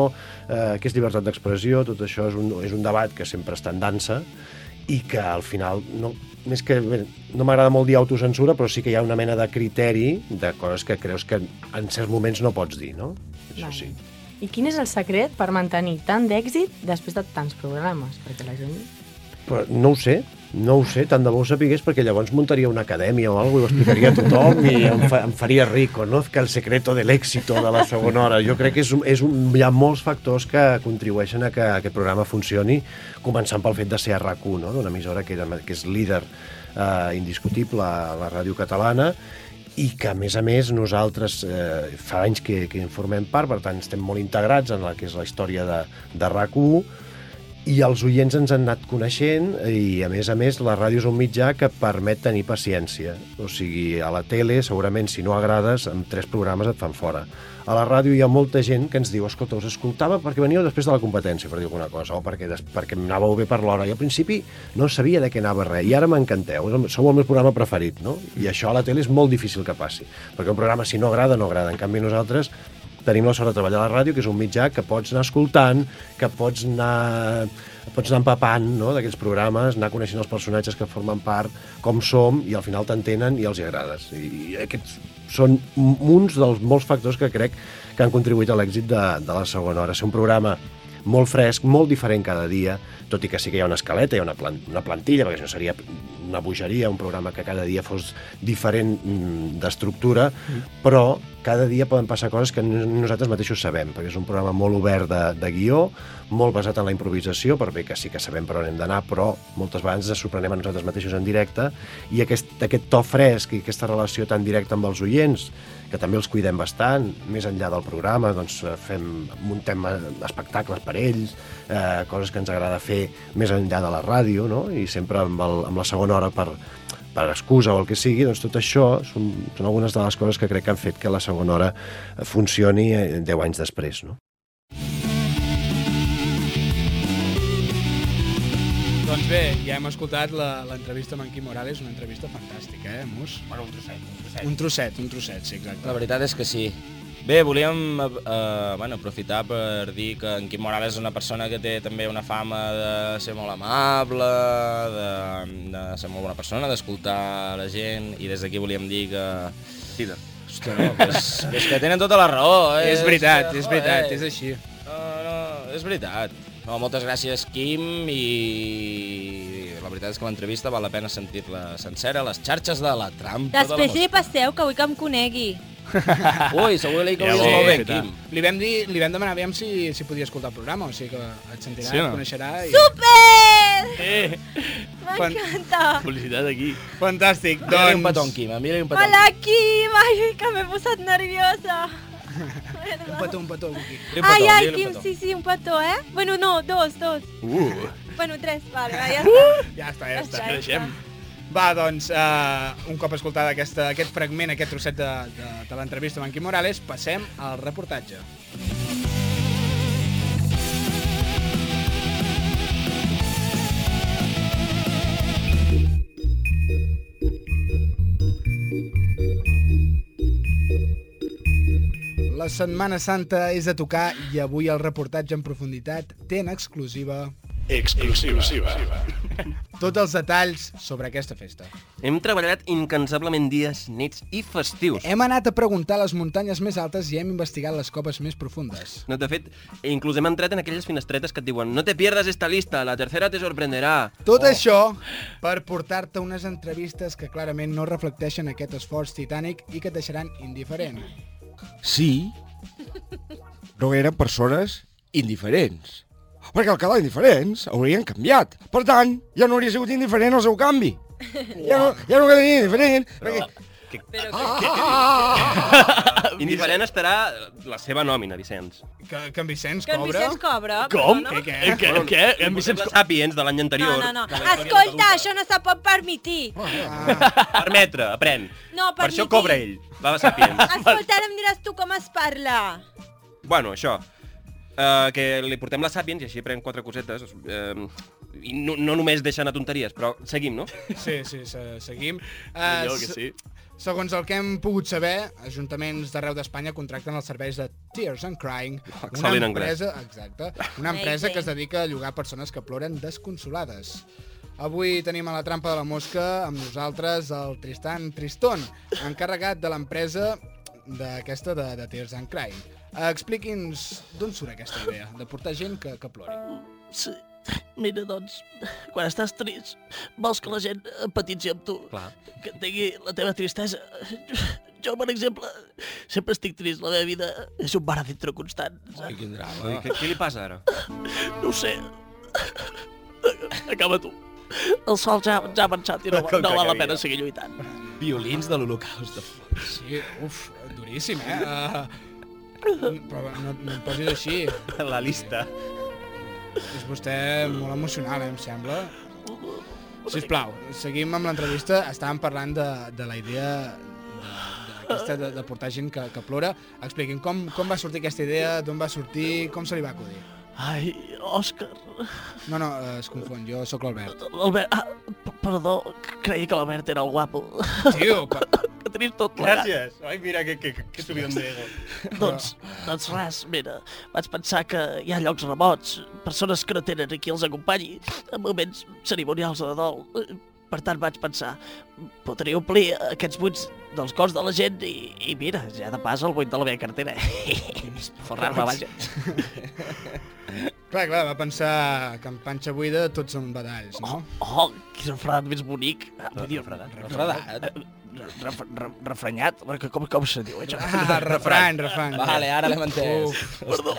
eh, què és llibertat d'expressió, tot això és un, és un debat que sempre està en dansa i que al final, no, més que, bé, no m'agrada molt dir autocensura, però sí que hi ha una mena de criteri de coses que creus que en certs moments no pots dir, no? Això
Vale.
sí.
I quin és el secret per mantenir tant d'èxit després de tants programes? Perquè la gent...
Però no ho sé, no ho sé, tant de bo ho sapigués, perquè llavors muntaria una acadèmia o alguna cosa, ho explicaria a tothom i em, fa, em faria rico, no? Que el secreto de l'èxito de la segona hora. Jo crec que és, un- és un, hi ha molts factors que contribueixen a que aquest programa funcioni, començant pel fet de ser a RAC1, no? d'una emissora que, era, que és líder eh, indiscutible a la ràdio catalana, i que, a més a més, nosaltres eh, fa anys que, que en formem part, per tant, estem molt integrats en el que és la història de, de RAC1, i els oients ens han anat coneixent i, a més a més, la ràdio és un mitjà que permet tenir paciència. O sigui, a la tele, segurament, si no agrades, amb tres programes et fan fora. A la ràdio hi ha molta gent que ens diu escolta, us escoltava perquè veníeu després de la competència, per dir alguna cosa, o perquè, des, perquè em anàveu bé per l'hora. I al principi no sabia de què anava res, i ara m'encanteu, és el- sou el meu programa preferit, no? I això a la tele és molt difícil que passi, perquè un programa, si no agrada, no agrada. En canvi, nosaltres tenim la sort de treballar a la ràdio, que és un mitjà que pots anar escoltant, que pots anar, pots anar empapant no? d'aquests programes, anar coneixent els personatges que formen part, com som, i al final t'entenen i els hi agrades. I, i aquests són un- uns dels molts factors que crec que han contribuït a l'èxit de, de la segona hora. Ser un programa molt fresc, molt diferent cada dia, tot i que sí que hi ha una escaleta, hi ha una, plan una plantilla, perquè això seria una bogeria, un programa que cada dia fos diferent mm, d'estructura, però cada dia poden passar coses que no- nosaltres mateixos sabem, perquè és un programa molt obert de, de guió, molt basat en la improvisació, per bé que sí que sabem per on hem d'anar, però moltes vegades ens sorprenem a nosaltres mateixos en directe, i aquest, aquest to fresc i aquesta relació tan directa amb els oients, que també els cuidem bastant, més enllà del programa, doncs eh, fem, muntem eh, espectacles per ells, eh, coses que ens agrada fer més enllà de la ràdio, no? i sempre amb, el, amb la segona hora per, per excusa o el que sigui, doncs tot això són, són algunes de les coses que crec que han fet que la segona hora eh, funcioni eh, 10 anys després. No?
Doncs bé, ja hem escoltat la- l'entrevista amb en Quim Morales, una entrevista fantàstica, eh, Mus? Bueno, un trosset, un trosset. Un trosset, un trosset, sí, exacte.
La veritat és que sí. Bé, volíem eh, eh, bueno, aprofitar per dir que en Quim Morales és una persona que té també una fama de ser molt amable, de, de ser molt bona persona, d'escoltar la gent, i des d'aquí volíem dir que... Tira. Hòstia, no, que és, que és que tenen tota la raó, eh?
És veritat,
que,
és veritat,
joder,
és així.
No, no, és veritat. No, moltes gràcies, Quim, i la veritat és que l'entrevista val la pena sentir-la sencera a les xarxes de la trampa de la
Després hi passeu, que vull que em conegui.
Ui, segur que li
Ja
cauries
ho
molt bé,
he fet,
Quim.
Li vam, dir, li vam demanar aviam si, si podia escoltar el programa, o sigui que et sentirà,
Sí o no?
et coneixerà... I...
Super!
Eh!
Fan-
M'encanta!
Publicitat aquí.
Fantàstic,
Envia-li
doncs...
un petó, en Quim, eh? envia-li un petó.
Hola, Quim! Ai, que m'he posat nerviosa.
Un petó, un petó, Quim.
Ai, ai, Quim, sí, sí, un petó, eh? Bueno, no, dos, dos.
Uh!
Bueno, tres, vale, va, ja està.
Ja està, ja està.
Ja Creixem.
Va, doncs, uh, un cop escoltat aquesta, aquest fragment, aquest trosset de, de, de l'entrevista amb en Quim Morales, passem al reportatge. La Setmana Santa és a tocar i avui el reportatge en profunditat té en exclusiva
Exclusiva.
tots els detalls sobre aquesta festa.
Hem treballat incansablement dies, nits i festius.
Hem anat a preguntar a les muntanyes més altes i hem investigat les coves més profundes.
No, de fet, inclús hem entrat en aquelles finestretes que et diuen no te pierdas esta lista, la tercera te sorprenderà.
Tot oh. això per portar-te unes entrevistes que clarament no reflecteixen aquest esforç titànic i que et deixaran indiferent.
sí, no eren persones indiferents. Perquè al quedar indiferents haurien canviat. Per tant, ja no hauria sigut indiferent al seu canvi. Ja no, ja no quedaria indiferent. Però...
Però
Indiferent estarà la seva nòmina, Vicenç.
Que, que en Vicenç
Que en Vicenç cobra.
Com?
Però, Ah, no?
Què? Què? què? Hem vist els Sapiens de l'any anterior.
No, no, no. Escolta, això no se pot permetir.
Oh,
Permetre, aprèn.
No, Ah,
Per això
permitir.
cobra ell. Va, va, Sapiens.
Escolta, ara em diràs tu com es parla.
eh, Bueno, això. Uh, que li portem la Sapiens i així pren quatre cosetes. Uh, I no, no només deixar anar tonteries, però seguim, no?
Sí, sí, se- seguim.
Millor
Eh,
que
se-
sí.
Segons el que hem pogut saber, ajuntaments d'arreu d'Espanya contracten els serveis de Tears and Crying, una
Excel·lent anglès.
empresa, exacte, una empresa que es dedica a llogar persones que ploren desconsolades. Avui tenim a la trampa de la mosca amb nosaltres el Tristan Triston, encarregat de l'empresa d'aquesta de, de Tears and Crying. Eh, Expliqui'ns d'on surt aquesta idea, de portar gent que, que plori.
Ah, Sí. Mira, doncs, quan estàs trist, vols que la gent empatitzi amb tu,
Clar.
que entengui la teva tristesa. Jo, per exemple, sempre estic trist, la meva vida és un bar dintre constant. Ai,
quin
Vull dir, Què, què li passa ara?
No ho sé. Acaba tu. El sol ja, ja ha avançat i no,
Com que
no val la
acabi,
pena
no?
seguir lluitant.
Violins de l'Holocaust.
Sí, uf, duríssim, eh? Uh, però no, no et posis així.
La lista.
És vostè molt emocional, eh, em sembla. Sisplau, seguim amb l'entrevista. Estàvem parlant de, de la idea de- d'aquesta de, de portar gent que, que plora. Expliqui'm, com, com va sortir aquesta idea, d'on va sortir, com se li va acudir?
Ai, Òscar...
No, no, eh, es confon, jo sóc l'Albert.
Albert, ah, p- perdó, creia que l'Albert era el guapo.
Tio, pa...
que tenim tot plegat.
Gràcies. Ai, mira, que, que, que, que subión de ego.
Doncs, doncs res, mira, vaig pensar que hi ha llocs remots, persones que no tenen aquí els acompanyi, en moments cerimonials de dol. Per tant, vaig pensar, podria omplir aquests buits dels cos de la gent i, i mira, ja de pas el buit de la meva cartera. Forrar-me, vaja.
Clar, clar, va pensar que en panxa buida tots són badalls, no?
Oh, quin refredat més bonic. Ah, Vull dir, refredat. Eh,
refredat.
Refrenyat? Re- Com, com se diu, això?
Ah, refrany, refrany. Vale, ara l'hem entès.
Uf, Perdó.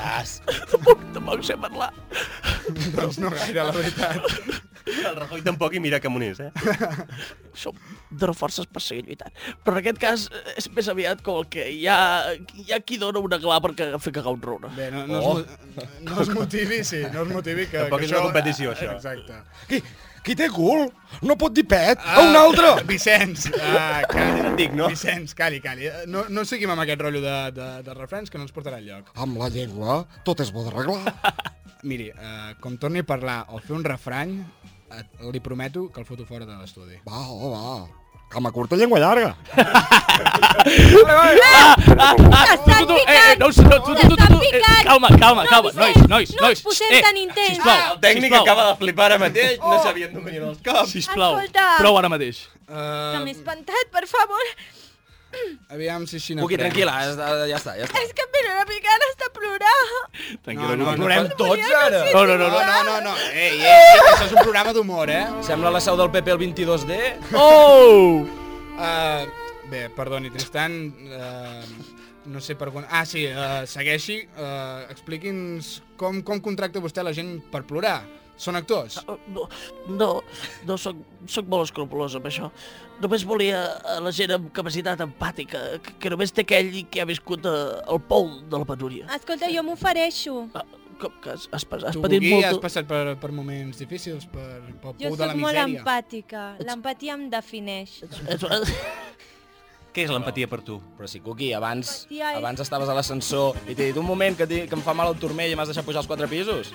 Tampoc, tampoc sé parlar.
Doncs no gaire, la veritat.
El Rajoy tampoc i mira que amunt és, eh?
Som dono forces per seguir lluitant. Però en aquest cas eh, és més aviat com el que hi ha, hi ha qui dona una gla per ca- fer cagar un runa.
Bé, no, no, oh. es, mo- no es motivi, sí, no es motivi que...
Tampoc
que
és una competició, això.
Exacte.
Qui, qui té cul no pot dir pet a un altre.
Ah, Vicenç, ah, calli. Dic, no? Vicenç, calli, calli. No, no seguim amb aquest rotllo de, de, de refrens que no ens portarà enlloc.
Amb la llengua tot es pot arreglar.
Miri, eh, com torni a parlar o fer un refrany, eh, li prometo que el foto fora de l'estudi.
Va, oh, va. Cama curta, llengua llarga.
T'estan picant!
No, no, tu, tu, tu, tu, tu, eh,
picant!
calma, calma, calma, nois, nois,
No
nois.
ens posem
eh,
tan intens.
Sisplau, Oh.
Ah, el tècnic
acaba de flipar ara mateix, no sabien d'on venien els
caps. Sisplau,
Escolta.
prou ara mateix.
Eh,
Que m'he espantat, per favor.
Aviam si així
Cuqui,
n'aprens.
tranquil·la, has de- ja està, ja està.
És que Pere la Picana està plorant.
Tranquil·la,
no,
no,
no, plorem tots, ara.
No, no, no, no.
no, no, no. Ei, ei, ei, això és un programa d'humor, eh?
Sembla la seu del PP el 22D.
Oh!
Uh, bé, perdoni, Tristan, uh, no sé per quan... Ah, sí, uh, segueixi. Uh, Expliqui'ns com, com contracta vostè la gent per plorar. Són actors?
Ah, No, no, no soc, soc molt escrupulós amb això. Només volia a la gent amb capacitat empàtica, que, que només té aquell que ha viscut eh, el pou de la penúria.
Escolta, jo m'ofereixo.
Com que has, has, pas- has
Tu,
patit
Gugui,
molt...
has passat per, per moments difícils, per, per
Jo
pou de
sóc
la
molt
misèria.
empàtica. L'empatia em defineix.
Què és l'empatia
per tu?
Però si, Cuqui, abans,
L'empatia és-
abans estaves a l'ascensor i t'he dit un moment que, t'hi- que em fa mal el turmell i m'has deixat pujar els quatre pisos.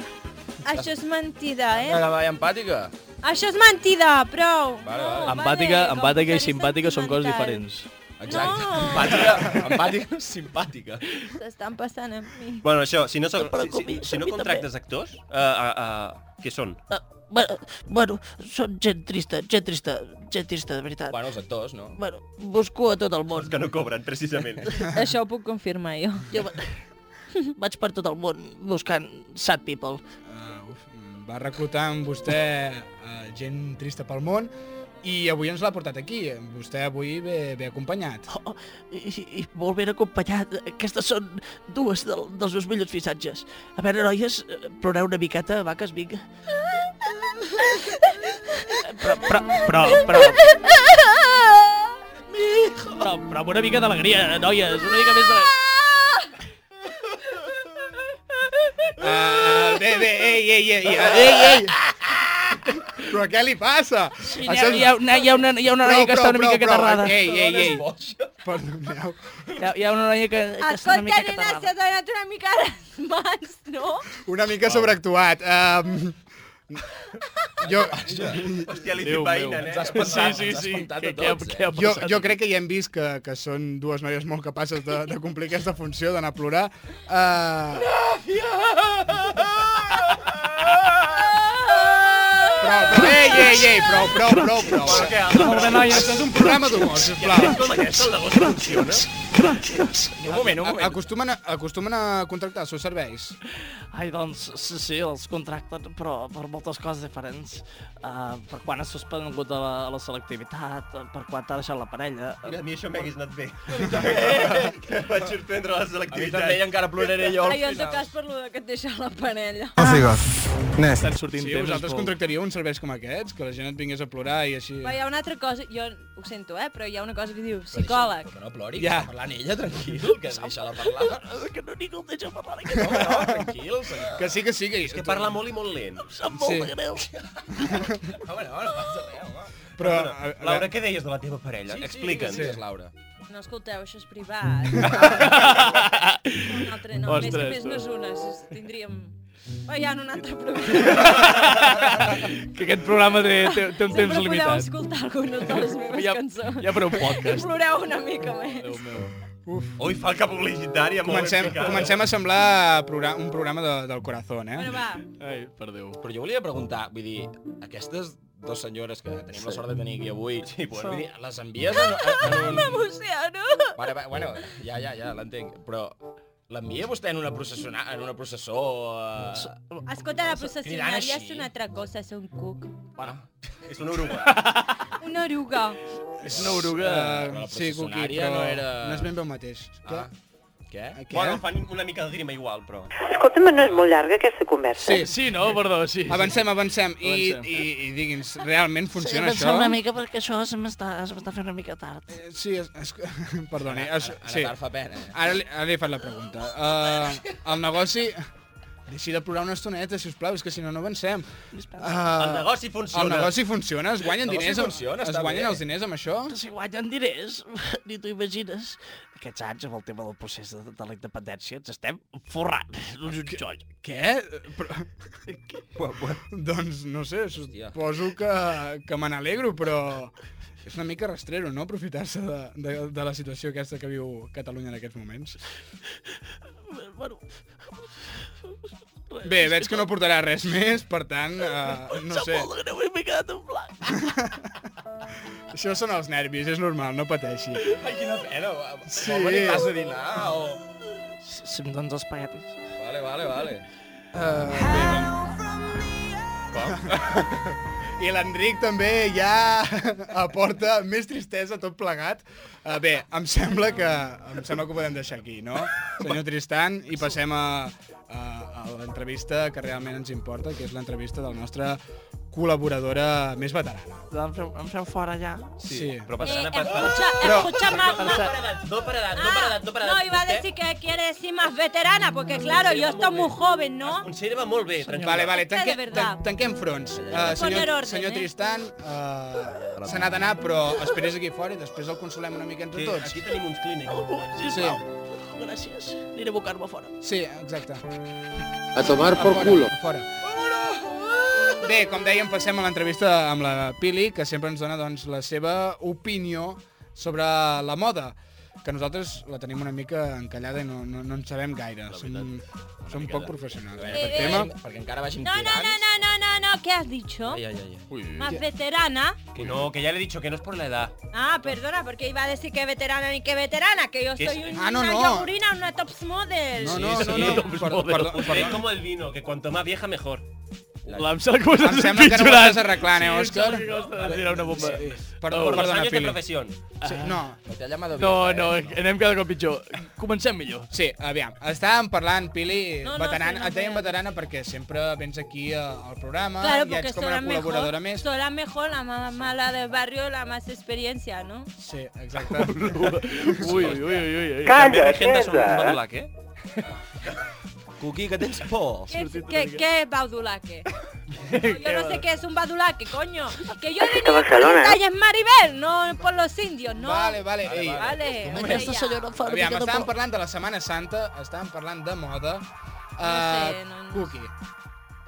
Això és mentida,
Una
eh?
davalla empàtica.
Això és mentida, prou.
Vale, vale.
Empàtica,
com
empàtica i
que
simpàtica són coses
sentimental.
diferents.
Exacte.
No.
Empàtica, empàtica, simpàtica.
S'estan passant amb mi.
Bueno, això, si no, sóc- si, si, si no contractes actors, uh, uh, uh, què són?
Ah, Bueno, bueno, són gent trista, gent trista, gent trista, de veritat.
Bueno, els actors, no?
Bueno, busco a tot el món.
Els que no cobren, precisament.
Això ho puc confirmar jo.
Jo va- vaig per tot el món buscant sad people.
Uh, uf, mm, va reclutar amb vostè uh, gent trista pel món i avui ens l'ha portat aquí. Vostè avui ve, ve acompanyat.
Oh, I, i molt ben acompanyat. Aquestes són dues del, dels meus millors missatges. A veure, noies, eh, ploreu una miqueta, vaques, vinga. Però, però, però, però...
Però, però amb una mica d'alegria, noies, una mica més de...
Uh, bé, bé, ei, ei, ei, ei, ei, ei. Però què li passa?
Sí, hi ha- hi ha una- hi ha una- hi ha una noia que està una mica catarrada.
Ei, ei, ei. Perdoneu.
Hi ha, hi ha una noia que, que està una
Escolta,
mica
nena,
catarrada.
s'ha donat una mica a les mans, no?
Una mica sobreactuat. Um, Jo...
Hòstia, li he fet veïna, eh?
Sí, sí, sí. Què, què, què ha
eh? Jo,
passat?
jo crec que ja hem vist que, que són dues noies molt capaces de, de complir aquesta funció, d'anar a plorar. Uh, prou, ei, ei, ei, prou, prou, prou, prou. Molt bé, noies, és un programa d'humor, sisplau.
Com aquesta, el negoci funciona?
Un moment, un moment. Acostumen a, acostumen a contractar els seus serveis.
Ai, doncs, sí, sí, els contracten, però per moltes coses diferents. Uh, per quan has suspengut a la, a la selectivitat, eh, per quan t'ha deixat la parella...
Mira, a mi això m'hagués anat bé.
Que
Vaig sorprendre la selectivitat.
A mi també, i encara ploraré jo
Ai, jo en tot cas per lo de que et deixa la panella.
Nes.
Estan sortint
sí,
temes
vosaltres
molt-
contractaríeu uns serveis com aquests, que la gent et vingués a plorar i així...
Però hi ha una altra cosa, jo ho sento, eh, però hi ha una cosa que diu psicòleg.
Però que no plori,
Ja.
ja. està parlant ella, tranquil, que deixa-la parlar.
que no ningú el deixa parlar.
Tranquil, senyor.
Que sí, que sí, que...
És que parla molt i molt lent. Em
sap
molt Sí.
de greu.
Home, no, no passa res, home.
Però,
Perdona,
a- a-
Laura, què deies de la teva parella?
Sí, sí,
Explica'ns.
digues, digues, Laura.
No escolteu, això és privat. un altre, no, més,
Ostres.
més no és una, si tindríem... Però hi ha un altre problema.
Que aquest programa té, té, té Eh, un temps
Sempre podeu
limitat.
escoltar alguna de les meves
Ja-
cançons.
ja fareu un podcast.
Ploreu una mica més. Ah,
Ui, fa que publicitària molt
Comencem,
ben picada.
comencem a semblar progra un programa de, del corazón, eh?
Bueno, va.
Ai, per Déu.
Però jo volia preguntar, vull dir, aquestes dues senyores que tenim la sort de tenir aquí avui, sí,
bueno.
vull dir, les envies en, en, en un...
M'emociono.
Vale, va, bueno, ja, ja, ja, l'entenc, però l'envia vostè en una processó, en una processó... Eh...
Escolta, la
Cridant
processionaria
així.
és una altra cosa, és un cuc.
Bueno,
és una oruga.
Una oruga.
És una
Eh,
oruga...
Però la
eh, sí, Cuqui,
processionària
però
no era-
no és ben bé el mateix. Ah.
Què?
Què?
Bueno, em fan una mica de grima igual, però...
Escolta'm, no és molt llarga aquesta conversa.
Sí,
sí, no, perdó, sí.
Avancem, avancem. I,
Avancem.
i, i digui'ns, realment funciona
sí,
això?
una mica perquè això se m'està se m'està fent una mica tard.
Eh, Sí, es, es, perdoni. Es,
Ara- ara
sí.
tard fa pena, eh?
Ara, li- ara li he fet la pregunta. Uh, el negoci... Deixi de plorar una estoneta, si us plau, és que si no, no avancem. Uh,
El negoci funciona.
El negoci funciona, es guanyen
El negoci
diners. amb-
funciona,
es
està
guanyen
bé.
els diners amb això?
Que si guanyen diners, ni t'ho imagines. Aquests anys, amb el tema del procés de, de la independència, ens estem forrant. No és un joll.
Què? Però... doncs no sé, suposo que, que me n'alegro, però és una mica rastrero, no?, aprofitar-se de, de, de la situació aquesta que viu Catalunya en aquests moments.
Bueno,
Bé, veig que no portarà res més, per tant, eh, no sé.
molt de greu, m'he quedat en blanc.
Això són els nervis, és normal, no pateixi.
Ai, quina
eh,
pena,
Sí.
sí. home, ni vas a dinar,
ah,
o...
oh.
Si em dones els paquetis.
Vale, vale, vale.
Eh, doncs. I l'Enric també ja aporta més tristesa a tot plegat. Eh, Bé, em sembla que em sembla que ho podem deixar aquí, no? Senyor Tristan, i passem a, a, a l'entrevista que realment ens importa, que és l'entrevista de la nostra col·laboradora més veterana.
Em feu, em feu fora ja.
Sí. sí.
Però
Eh,
passant a pas...
escucha,
Però-
escucha más,
No
más.
per edat, no per
Ah,
edat, no per edat.
no, iba a
Vostè
decir que quiere decir más veterana, porque claro, yo estoy muy joven, ¿no?
Conserva molt bé, tranquil.
Vale, vale,
Perfecte,
tanque,
de verdad.
tan, tanquem fronts. Uh,
Poner
senyor,
orden,
senyor
eh?
Tristan, uh, se n'ha d'anar, però esperés aquí fora i després el consolem una mica entre
Sí,
tots.
aquí tenim uns clínics.
Sí,
Oh, Gràcies. Aniré a abocar-me fora.
sí, exacte.
A tomar
A
por
fora,
culo.
a Fora. Bé, com dèiem, passem a l'entrevista amb la Pili, que sempre ens dona doncs, la seva opinió sobre la moda, que nosaltres la tenim una mica encallada i no, no, no en sabem gaire. Som, som poc professionals. Eh,
Eh,
aquest
eh.
tema.
Perquè encara vagin
No, no,
tirant.
no, no, no, no, no, ¿qué has dicho?
Ai, ai, ai. ai.
Ui,
Más veterana.
Que no, que ya le he dicho que no es por la edad.
Ah, perdona, porque iba a decir que veterana ni que veterana, que yo
Que
soy
es-
un-
Ah, no,
una
no.
yogurina, una tops model.
No, no, no, no. Perdó, perdó,
Usted
perdó.
como el vino, que cuanto más vieja mejor.
La, em sembla que ho estàs
Em sembla que no ho
empitjorant.
estàs arreglant, eh,
Sí, em sembla
Òscar?
que ho estàs tirant una bomba.
Perdó,
Por los
perdona,
años de
Pili.
profesión.
Sí, no,
No t'ha llamat
No, no, anem cada cop pitjor. Comencem millor.
Sí, aviam, estàvem parlant, Pili,
No,
no,
no,
no, veterana,
sí, no,
et dèiem
no.
veterana perquè sempre vens aquí eh, al programa
Claro,
i
porque
ets com una
soy mejor,
col·laboradora més.
soy la mejor, la más mala del barrio, la más experiencia, ¿no?
Sí, exacte.
Ui, ui, ui, ui. ui.
También hay
Calla,
gente son un
César.
badulac, eh?
Cuqui, que tens por.
¿Qué, es- qué, qué es badulaque? Yo no sé qué es un badulaque, coño. Que yo
Esto
venido por
Barcelona,
la
¿eh?
calle Maribel, no por los indios, ¿no?
Vale, vale, vale, ei. vale.
Vale,
Aquesta
ella.
senyora em fa una
Aviam,
mica de
estàvem
por.
parlant de la Setmana Santa, estàvem parlant de moda.
No sé,
Eh,
no- no
Cookie,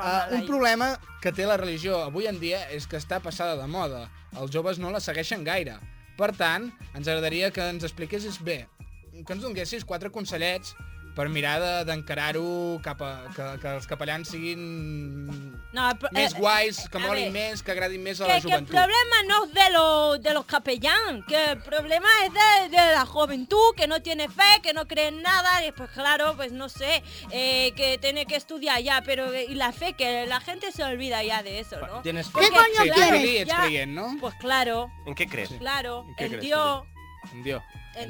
Uh, un problema que té la religió avui en dia és que està passada de moda. Els joves no la segueixen gaire. Per tant, ens agradaria que ens expliquessis bé, que ens donguessis quatre consellets per mirar de- d'encarar-ho de, cap a... Que, que els capellans siguin
No, el,
més guais, que
a
molin
ver,
més, que agradin més a la
Que, que el
joventut.
problema no es de, lo- de los capellán, que el problema es de, de la juventud, que no tiene fe, que no cree en nada, y pues claro, pues no sé, eh, que tiene que estudiar ya, pero eh, y la fe, que la gente se olvida ya de eso, ¿no?
tienes fe.
Porque,
¿Qué coño Sí, tú
claro,
sí, ets
ya-
creient, ¿no?
Pues claro,
En què crees?
claro,
¿Qué
en
crees,
Dios, en
En Dios.
Dios.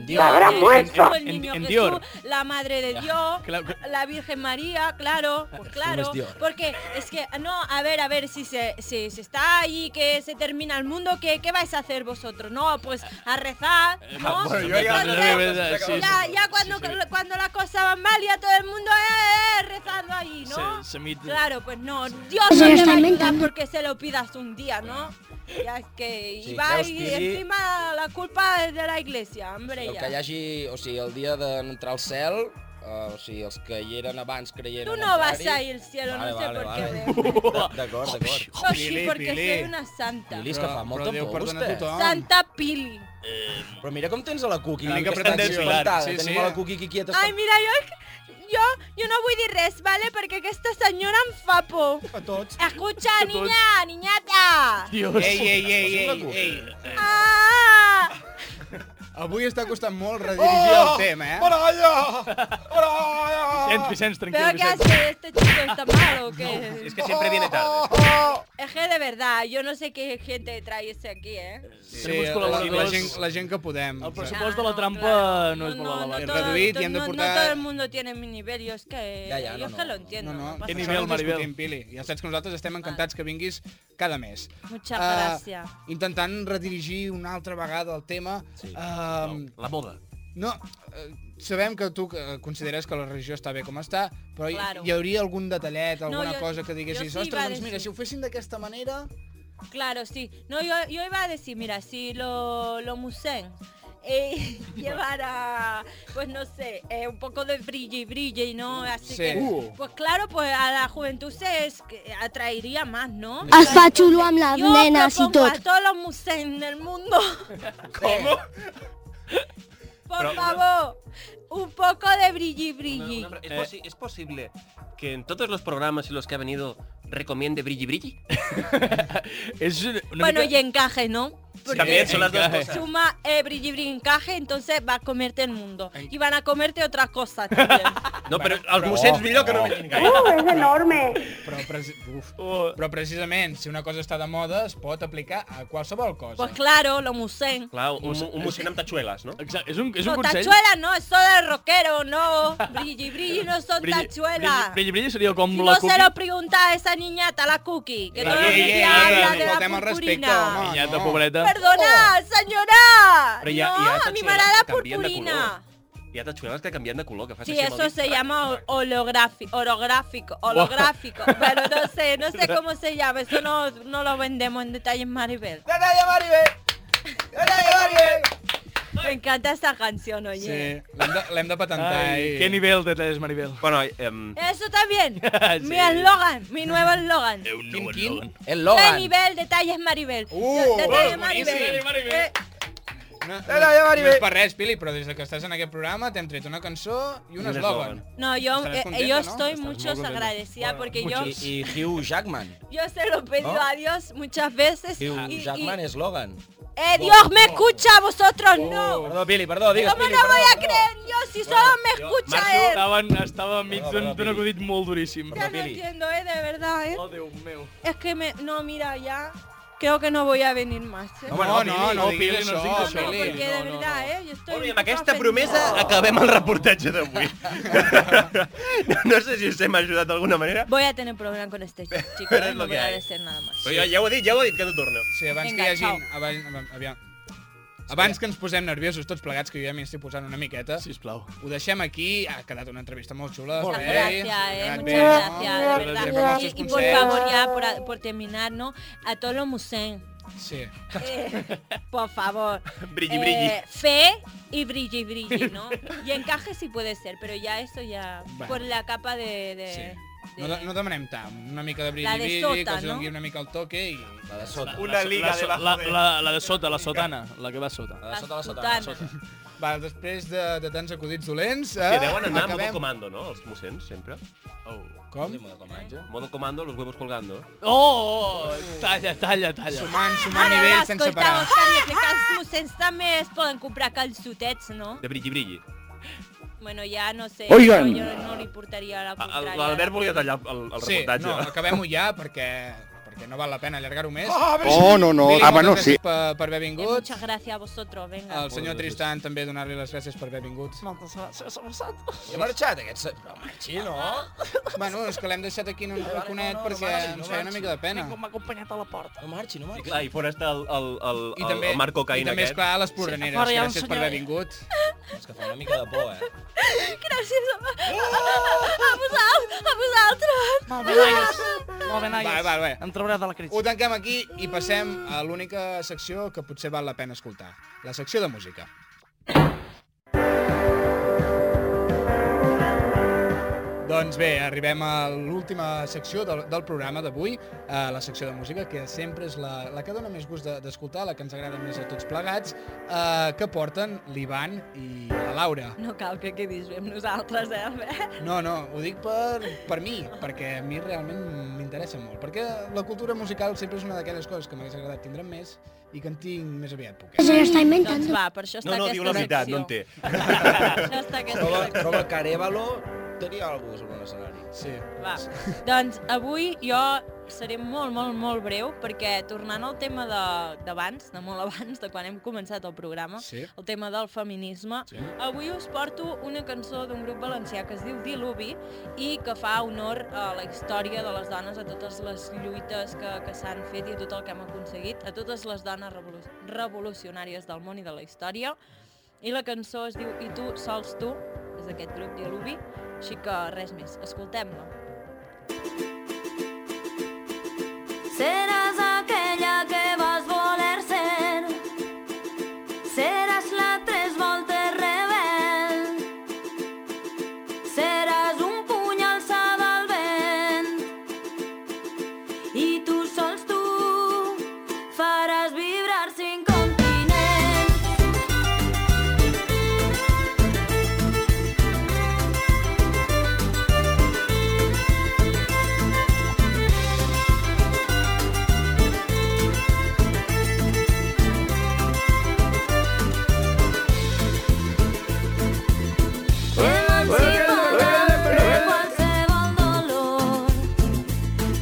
Dios,
La gran
en
muestra.
Jesús, el
En-
niño
en
Jesús,
Dior.
la madre de
Ya,
Dios,
claro que-
la Virgen María, claro, pues claro,
es Dior.
porque es que, no, a ver, a ver, si se, si se está ahí, que se termina el mundo, ¿qué, qué vais a hacer vosotros? No, pues a rezar,
Eh,
Eh,
¿no?
bueno, yo ya-
Entonces,
sí, sí.
ya, ya cuando, cuando las cosas van mal, ya todo el mundo eh, eh, rezando ahí, ¿no?
Se, se mit...
Claro, pues no, Dios
Se
no te va
está
a ayudar
inventando.
porque se lo pidas un día, ¿no? Ya es que y
Sí,
va
Klaus
y
Piri.
encima la culpa es de la iglesia, hombre,
El
ya.
que hi hagi... O sigui, el dia d'entrar al cel, eh, o sigui, els que hi eren abans creient...
Tú
en
no vas
entrar-hi.
a ir al cielo,
vale,
no sé
vale,
por
vale.
qué. veo.
D'acord, d'acord.
No, sí, porque soy una santa.
Pili, és que fa molta
Déu
por,
perdona
vostè.
tothom.
Santa Pili.
Però mira com tens a la Cookie,
Una
que,
mica
està aquí
pretendent, Pilar.
espantada.
Sí,
Tenim
sí.
a la Cookie aquí quieta.
Ai, mira, jo, jo, jo no vull dir res, vale? perquè aquesta senyora em fa por.
A tots.
Escucha, niña, niñata.
Ei, ei, ei, ei,
ei.
ei.
Ah!
Avui està costant molt redirigir
Oh,
el tema, eh?
Vicenç, Vicenç, tranquil,
¿Pero qué
Vicenç.
hace este chico? ¿Está mal o qué?
es que siempre viene tarde.
Oh! Es que de verdad, yo no sé qué gente trae ese aquí, ¿eh?
Sí,
Tenim uns
la, la,
col·laboradors.
gent, la gent que podem. El
pressupost de la trampa no és molt elevat.
És reduït i hem de
no,
portar...
no todo el mundo tiene mi nivel, yo es que,
Ja, ja,
yo
no,
es que lo entiendo.
No,
pasa
no,
nada.
això no ho discutim, Pili. Ja saps que nosaltres estem encantats que vinguis cada mes.
Muchas
Eh,
gracias.
Intentant redirigir una altra vegada el tema. Sí. Uh,
La moda.
no, eh, sabem que tu eh, consideres que la religió està bé com està, però hi-
Claro.
hi hauria algun detallet, alguna
jo-
cosa que diguessis,
jo sí
ostres,
va
doncs mira,
decir-
si ho fessin d'aquesta manera...
Claro, sí. No, yo, yo iba a decir, mira, si lo, lo musén eh, llevara, pues no sé, eh, un poco de brille y brille y no, así
Sí.
que,
Uh.
pues claro, pues a la juventud se es- que atraería más, ¿no?
Es fa xulo amb les
Yo
nenes i
propongo
tot.
a todos los musén del mundo.
¿Cómo?
Por
Pero-
favor, un poco de brilli brilli.
¿Es, posi- es posible que en todos los programas en los que ha venido recomiende Brilli Brilli?
és una
bueno, y encaje, ¿no?
También son las dos
encaje.
cosas.
Suma eh, brilli brilli encaje, entonces va a comerte el mundo. Y van a comerte otras cosas también.
No, però els mossens millor que no vinguin gaire. Uh.
enorme.
Però, preci uf, però precisament, si una cosa està de moda, es pot aplicar a qualsevol cosa.
Pues claro, lo musén.
Clar, un, un mossèn amb tachuelas, no?
Exacte, és un,
No, tachuelas no, eso de rockero, no. Brilli, brilli no son
Brilli-
tachuelas.
Brilli, brilli seria com
Si
la
no se lo pregunta a esa niñata, la cookie, que
Ei,
todo el
ei, ei,
día habla
ei,
de
faltem
la
al
purpurina.
Pinyata, pobreta.
Perdona, señora.
Però hi ha,
no,
hi ha
a mi
tachuelas
m'agrada
que canvien de
purpurina.
color. Hi ha tachuelas que canvien de color, que fas
Sí,
així amb el
eso
dit.
se llama holográfico, holográfico, holográfico. Pero no sé, no sé cómo se llama. Eso no, no lo vendemos en detalles Maribel.
¡Detalle Maribel! ¡Detalle Maribel!
Me encanta esta canción, oye.
Sí, l'hem de, l'hem de patentar.
Ai,
i-
que nivell de tres, Maribel.
Bueno, eh, em...
Eso también.
Sí.
Mi eslogan, mi nuevo eslogan.
Quin, quin?
El
¿Qué nivel detalles Maribel?
Uh,
Yo-
Oh!
detalles Maribel. Eh,
No,
Dale, dale,
no,
Maribel.
no és per res, Pili, però des que estàs en aquest programa t'hem tret una cançó i un
un
eslògan.
no, yo,
Estarás
eh,
contenta,
yo
¿no?
estoy
Estás
mucho
muy contenta.
agradecida porque yo,
I, I Hugh Jackman.
yo se lo he pedido
¿No?
a Dios muchas veces.
Hugh
y- y-
Jackman és Logan.
¡Eh, Dios me escucha, vosotros no!
Perdó, Pili, perdó, digues,
¿Cómo
Pili,
no voy
perdó.
a creer en Dios si solo me
Marxo
escucha él?
estava, estava enmig d'un d'un acudit molt duríssim.
Ya no entiendo, ¿eh? De verdad, ¿eh?
Oh, Déu meu.
Es que me... No, mira, ya... Creo que no voy a venir más, ¿eh?
Home, no, no, no, Pili, no,
No,
diguis això,
porque
Pili.
de verdad, ¿eh? Yo estoy...
I amb aquesta promesa acabem el reportatge d'avui. No, no sé si us hem ajudat d'alguna manera,
Voy a tener problema con este chico,
Pero
¿eh?
es
No
lo
voy
que
a
hay.
decir nada más.
Però ja, ja ho he dit, ja ho he dit, que no torna.
Sí, abans
Vinga,
que hi hagi...
xau.
Abans, abans, aviam. Abans que ens posem nerviosos tots plegats, que jo ja m'hi estic posant una miqueta,
Sisplau.
ho deixem aquí. Ha quedat una entrevista molt xula.
Muchas
espero.
gracias, eh,
Ha quedat
muchas
bé, no?
gracias, de
Sempre
verdad.
amb els seus
Y, y por
consells.
favor, ya por, por terminar, ¿no? A todos los museos,
Sí.
eh, por favor.
Brilli,
Eh, fe y brilli, brilli, ¿no? Y encaje sí puede ser, pero ya eso ya...
Vale.
Por la capa de... de-
No, de- no demanem tant, una mica de
La de
bridi-bridi,
sota,
que els
no?
doni una mica el toque i...
La de sota.
La- la, so- la, la, la de sota, la sotana, la que va sota.
La de sota, la
sotana, la
sotana.
Va, després de, de tants acudits dolents... eh,
Sí, deuen anar en modo comando, no? Els mossens, sempre.
Oh.
Com?
Modo comando, los huevos colgando.
Oh, oh, talla, talla, talla.
Sumant,
Ara, va, escolta, Òscar, jo crec que els mossens també es poden comprar calçotets, no?
De brilli brilli.
Bueno, ja no sé,
Oigan.
jo, jo no li portaria la contrària.
L'Albert volia tallar el, el
Sí,
reportatge.
no, acabem-ho ja perquè perquè no val la pena allargar-ho més.
Ah,
però sí. Oh, no, no.
Miri,
Ah, bueno,
moltes gràcies
sí.
Per, per haver
Eh,
vingut.
Muchas gracias a vosotros, venga.
El senyor Tristan també donar-li les gràcies per haver vingut.
Eh, Moltes gràcies a vosaltres.
He marxat,
aquest... Però marxi,
no? Bueno, és que l'hem deixat aquí en un raconet perquè ens feia una mica de pena.
Ningú m'ha acompanyat a la porta.
No marxi, no
I clar, i fora està el, el, el,
I
el,
també-
el Marc Cocaïna
i també,
aquest.
esclar, les porreneres.
a fora hi ha un
Gràcies per
senyor-
haver vingut.
És que fa una mica de por, eh?
Gràcies a, a, vosaltres, a vosaltres.
Molt bé, noies. Molt bé, noies.
Va, va, va.
Em traurà de la crisi.
Ho tanquem aquí i passem a l'única secció que potser val la pena escoltar. La secció de música. Doncs bé, arribem a l'última secció del, del programa d'avui, a la secció de música, que sempre és la, la que dona més gust de- d'escoltar, la que ens agrada més a tots plegats, eh, que porten l'Ivan i la Laura.
No cal que quedis bé amb nosaltres, eh, Albert?
No, no, ho dic per, per mi, perquè a mi realment m'interessa molt. Perquè la cultura musical sempre és una d'aquelles coses que m'hagués agradat tindre més i que en tinc més aviat eh? poc.
Doncs va, per això està aquesta secció. Això està aquesta
Robert,
secció.
Robert Carevalo tenia algú sobre un escenari.
Sí.
Va. Doncs avui jo seré molt, molt, molt breu, perquè tornant al tema de- d'abans, de, de molt abans, de quan hem començat el programa,
Sí.
el tema del feminisme,
Sí.
sí. avui us porto una cançó d'un grup valencià que es diu Diluvi i que fa honor a la història de les dones, a totes les lluites que, que s'han fet i a tot el que hem aconseguit, a totes les dones revolu revolucionàries del món i de la història. I la cançó es diu I tu, sols tu, és d'aquest grup Diluvi, així que res més, escoltem-la.
Serás aquella que vas voler ser. Seràs la tres voltes rebel. Seràs un puny alçat al vent. I tu sols tu faràs vibrar cinc continents. Qualsevol dolor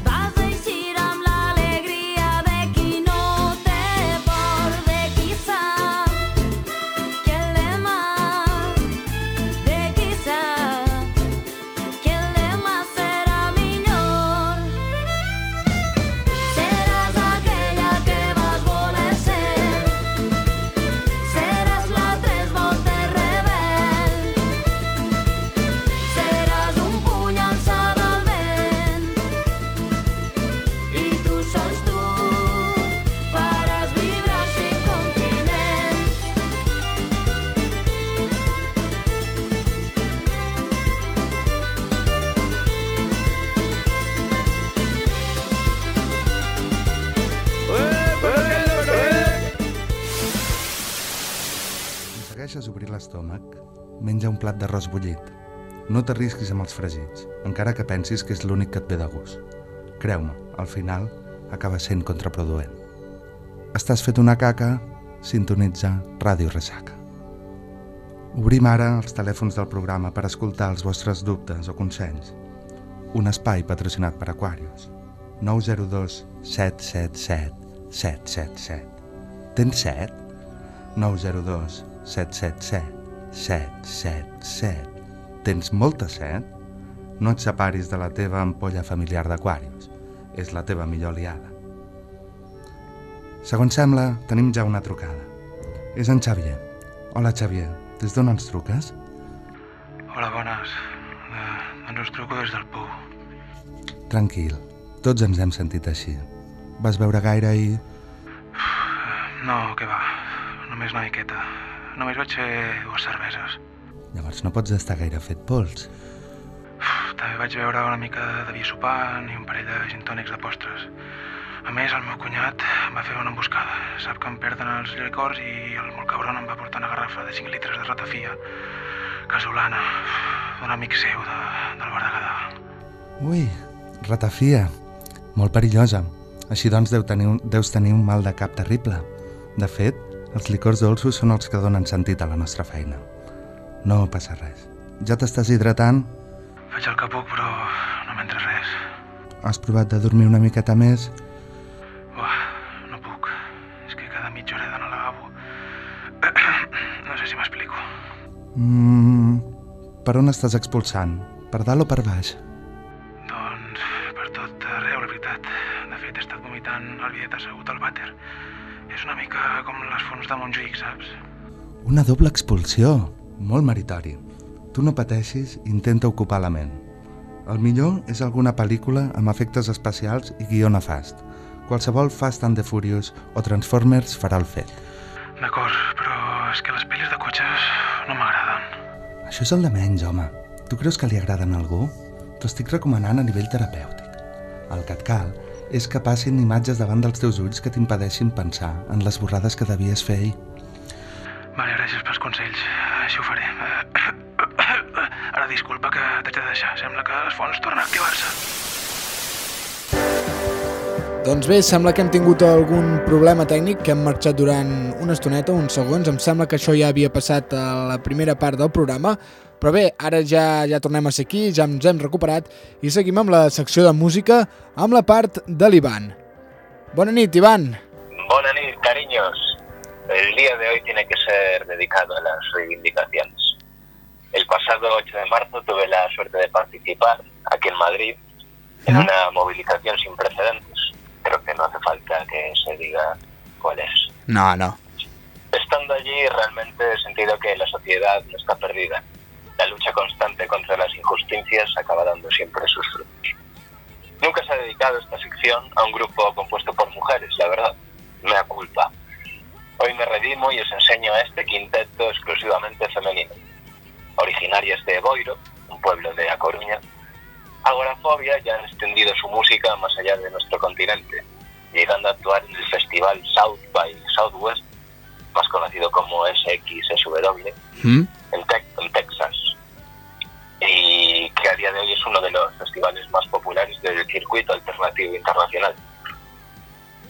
Vas eixir amb l'alegria de qui no té por De qui sap que el demà De qui sap que el demà serà millor Seràs aquella que vas voler ser Seràs la tres voltes rebel Seràs un puny alçat al vent i tu sols tu faràs vibrar cinc continents.
Si segueixes obrint l'estómac, menja un plat d'arròs bullit. No t'arrisquis amb els fregits, encara que pensis que és l'únic que et ve de gust. Creu-me, al final acaba sent contraproduent. Estàs fet una caca? Sintonitza Ràdio Ressaca. Obrim ara els telèfons del programa per escoltar els vostres dubtes o consells. Un espai patrocinat per Aquarius. 902 777 777. Tens set? 902 777 777. Tens molta set? No et separis de la teva ampolla familiar d'Aquarius. És la teva millor aliada. Segons sembla, tenim ja una trucada. És en Xavier. Hola, Xavier. Des d'on ens truques?
Hola, bones. Uh, ens us truco des del Pou.
Tranquil, tots ens hem sentit així. Vas veure gaire i...
No, que va. Només una miqueta. Només vaig fer dues cerveses.
Llavors no pots estar gaire fet pols.
També vaig veure una mica de vi sopant i un parell de gintònics de postres. A més, el meu cunyat em va fer una emboscada. Sap que em perden els records i el molt cabron em va portar una garrafa de 5 litres de ratafia casolana d'un amic seu de, del Berguedà.
Ui, ratafia. Molt perillosa. Així doncs deu tenir, un- deus tenir un mal de cap terrible. De fet, els licors dolços són els que donen sentit a la nostra feina. No passa res. Ja t'estàs hidratant?
Faig el que puc, però no m'entra res.
Has provat de dormir una miqueta més?
Uah, no puc. És que cada mitja hora he d'anar al lavabo. No sé si m'explico.
Mm, per on estàs expulsant? Per dalt o per baix?
Doncs per tot arreu, la veritat. De fet, he estat vomitant el viet assegut al vàter. És una mica com les fonts de Montjuïc, saps?
Una doble expulsió. Molt meritori. Tu no pateixis, intenta ocupar la ment. El millor és alguna pel·lícula amb efectes especials i guió nefast. Qualsevol Fast and the Furious o Transformers farà el fet.
D'acord, però és que les pel·lis de cotxes no m'agraden.
Això és el de menys, home. Tu creus que li agraden a algú? T'ho estic recomanant a nivell terapèutic. El que et cal és que passin imatges davant dels teus ulls que t'impedeixin pensar en les borrades que devies fer ahir.
Vale, gràcies pels consells. Així ho faré. Ara disculpa que t'haig de deixar. Sembla que les fonts tornen a activar-se.
Doncs bé, sembla que hem tingut algun problema tècnic, que hem marxat durant una estoneta, uns segons. Em sembla que això ja havia passat a la primera part del programa, però bé, ara ja ja tornem a ser aquí, ja ens hem recuperat i seguim amb la secció de música amb la part de l'Ivan. Bona nit, Ivan.
Bona nit, cariños. El día de hoy tiene que ser dedicado a las reivindicaciones. El pasado 8 de marzo tuve la suerte de participar aquí en Madrid en una movilización sin precedentes. Creo que no hace falta que se diga cuál es.
No, no.
Estando allí realmente he sentido que la sociedad no está perdida. La lucha constante contra las injusticias acaba dando siempre sus frutos. Nunca se ha dedicado esta sección a un grupo compuesto por mujeres, la verdad. Mea culpa. Hoy me redimo y os enseño a este quinteto exclusivamente femenino. Originarias de Boiro, un pueblo de A Coruña, Agorafobia ya ha extendido su música más allá de nuestro continente, llegando a actuar en el festival South by Southwest más conocido como SXSW, en, Tex- en Texas, y que a día de hoy es uno de los festivales más populares del circuito alternativo internacional.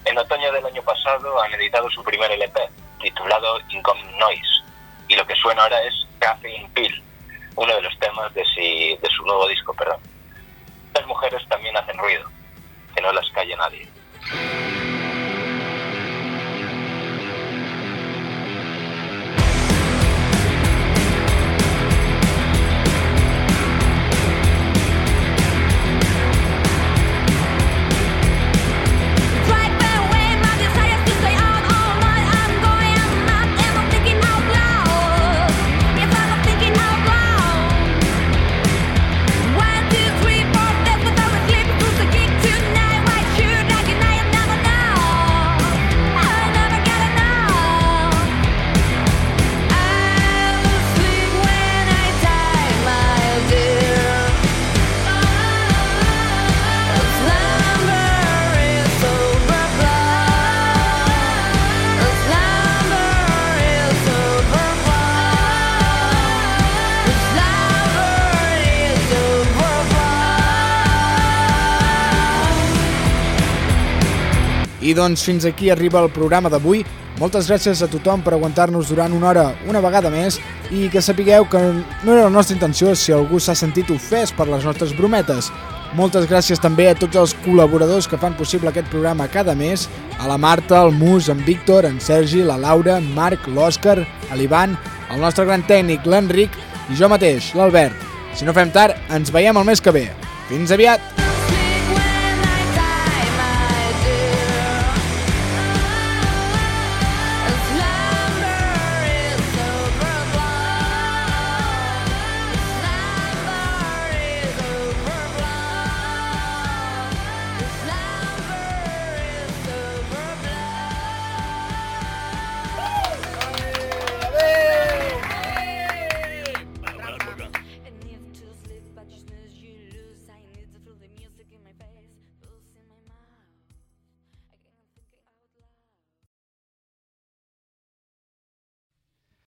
En otoño del año pasado han editado su primer LP, titulado Incoming Noise, y lo que suena ahora es Caffeine Pill, uno de los temas de, si- de su nuevo disco. Perdón. Las mujeres también hacen ruido, que no las calle nadie.
I doncs fins aquí arriba el programa d'avui. Moltes gràcies a tothom per aguantar-nos durant una hora una vegada més i que sapigueu que no era la nostra intenció si algú s'ha sentit ofès per les nostres brometes. Moltes gràcies també a tots els col·laboradors que fan possible aquest programa cada mes, a la Marta, al Mus, en Víctor, en Sergi, la Laura, en Marc, l'Òscar, a l'Ivan, el nostre gran tècnic, l'Enric, i jo mateix, l'Albert. Si no fem tard, ens veiem el mes que ve. Fins aviat!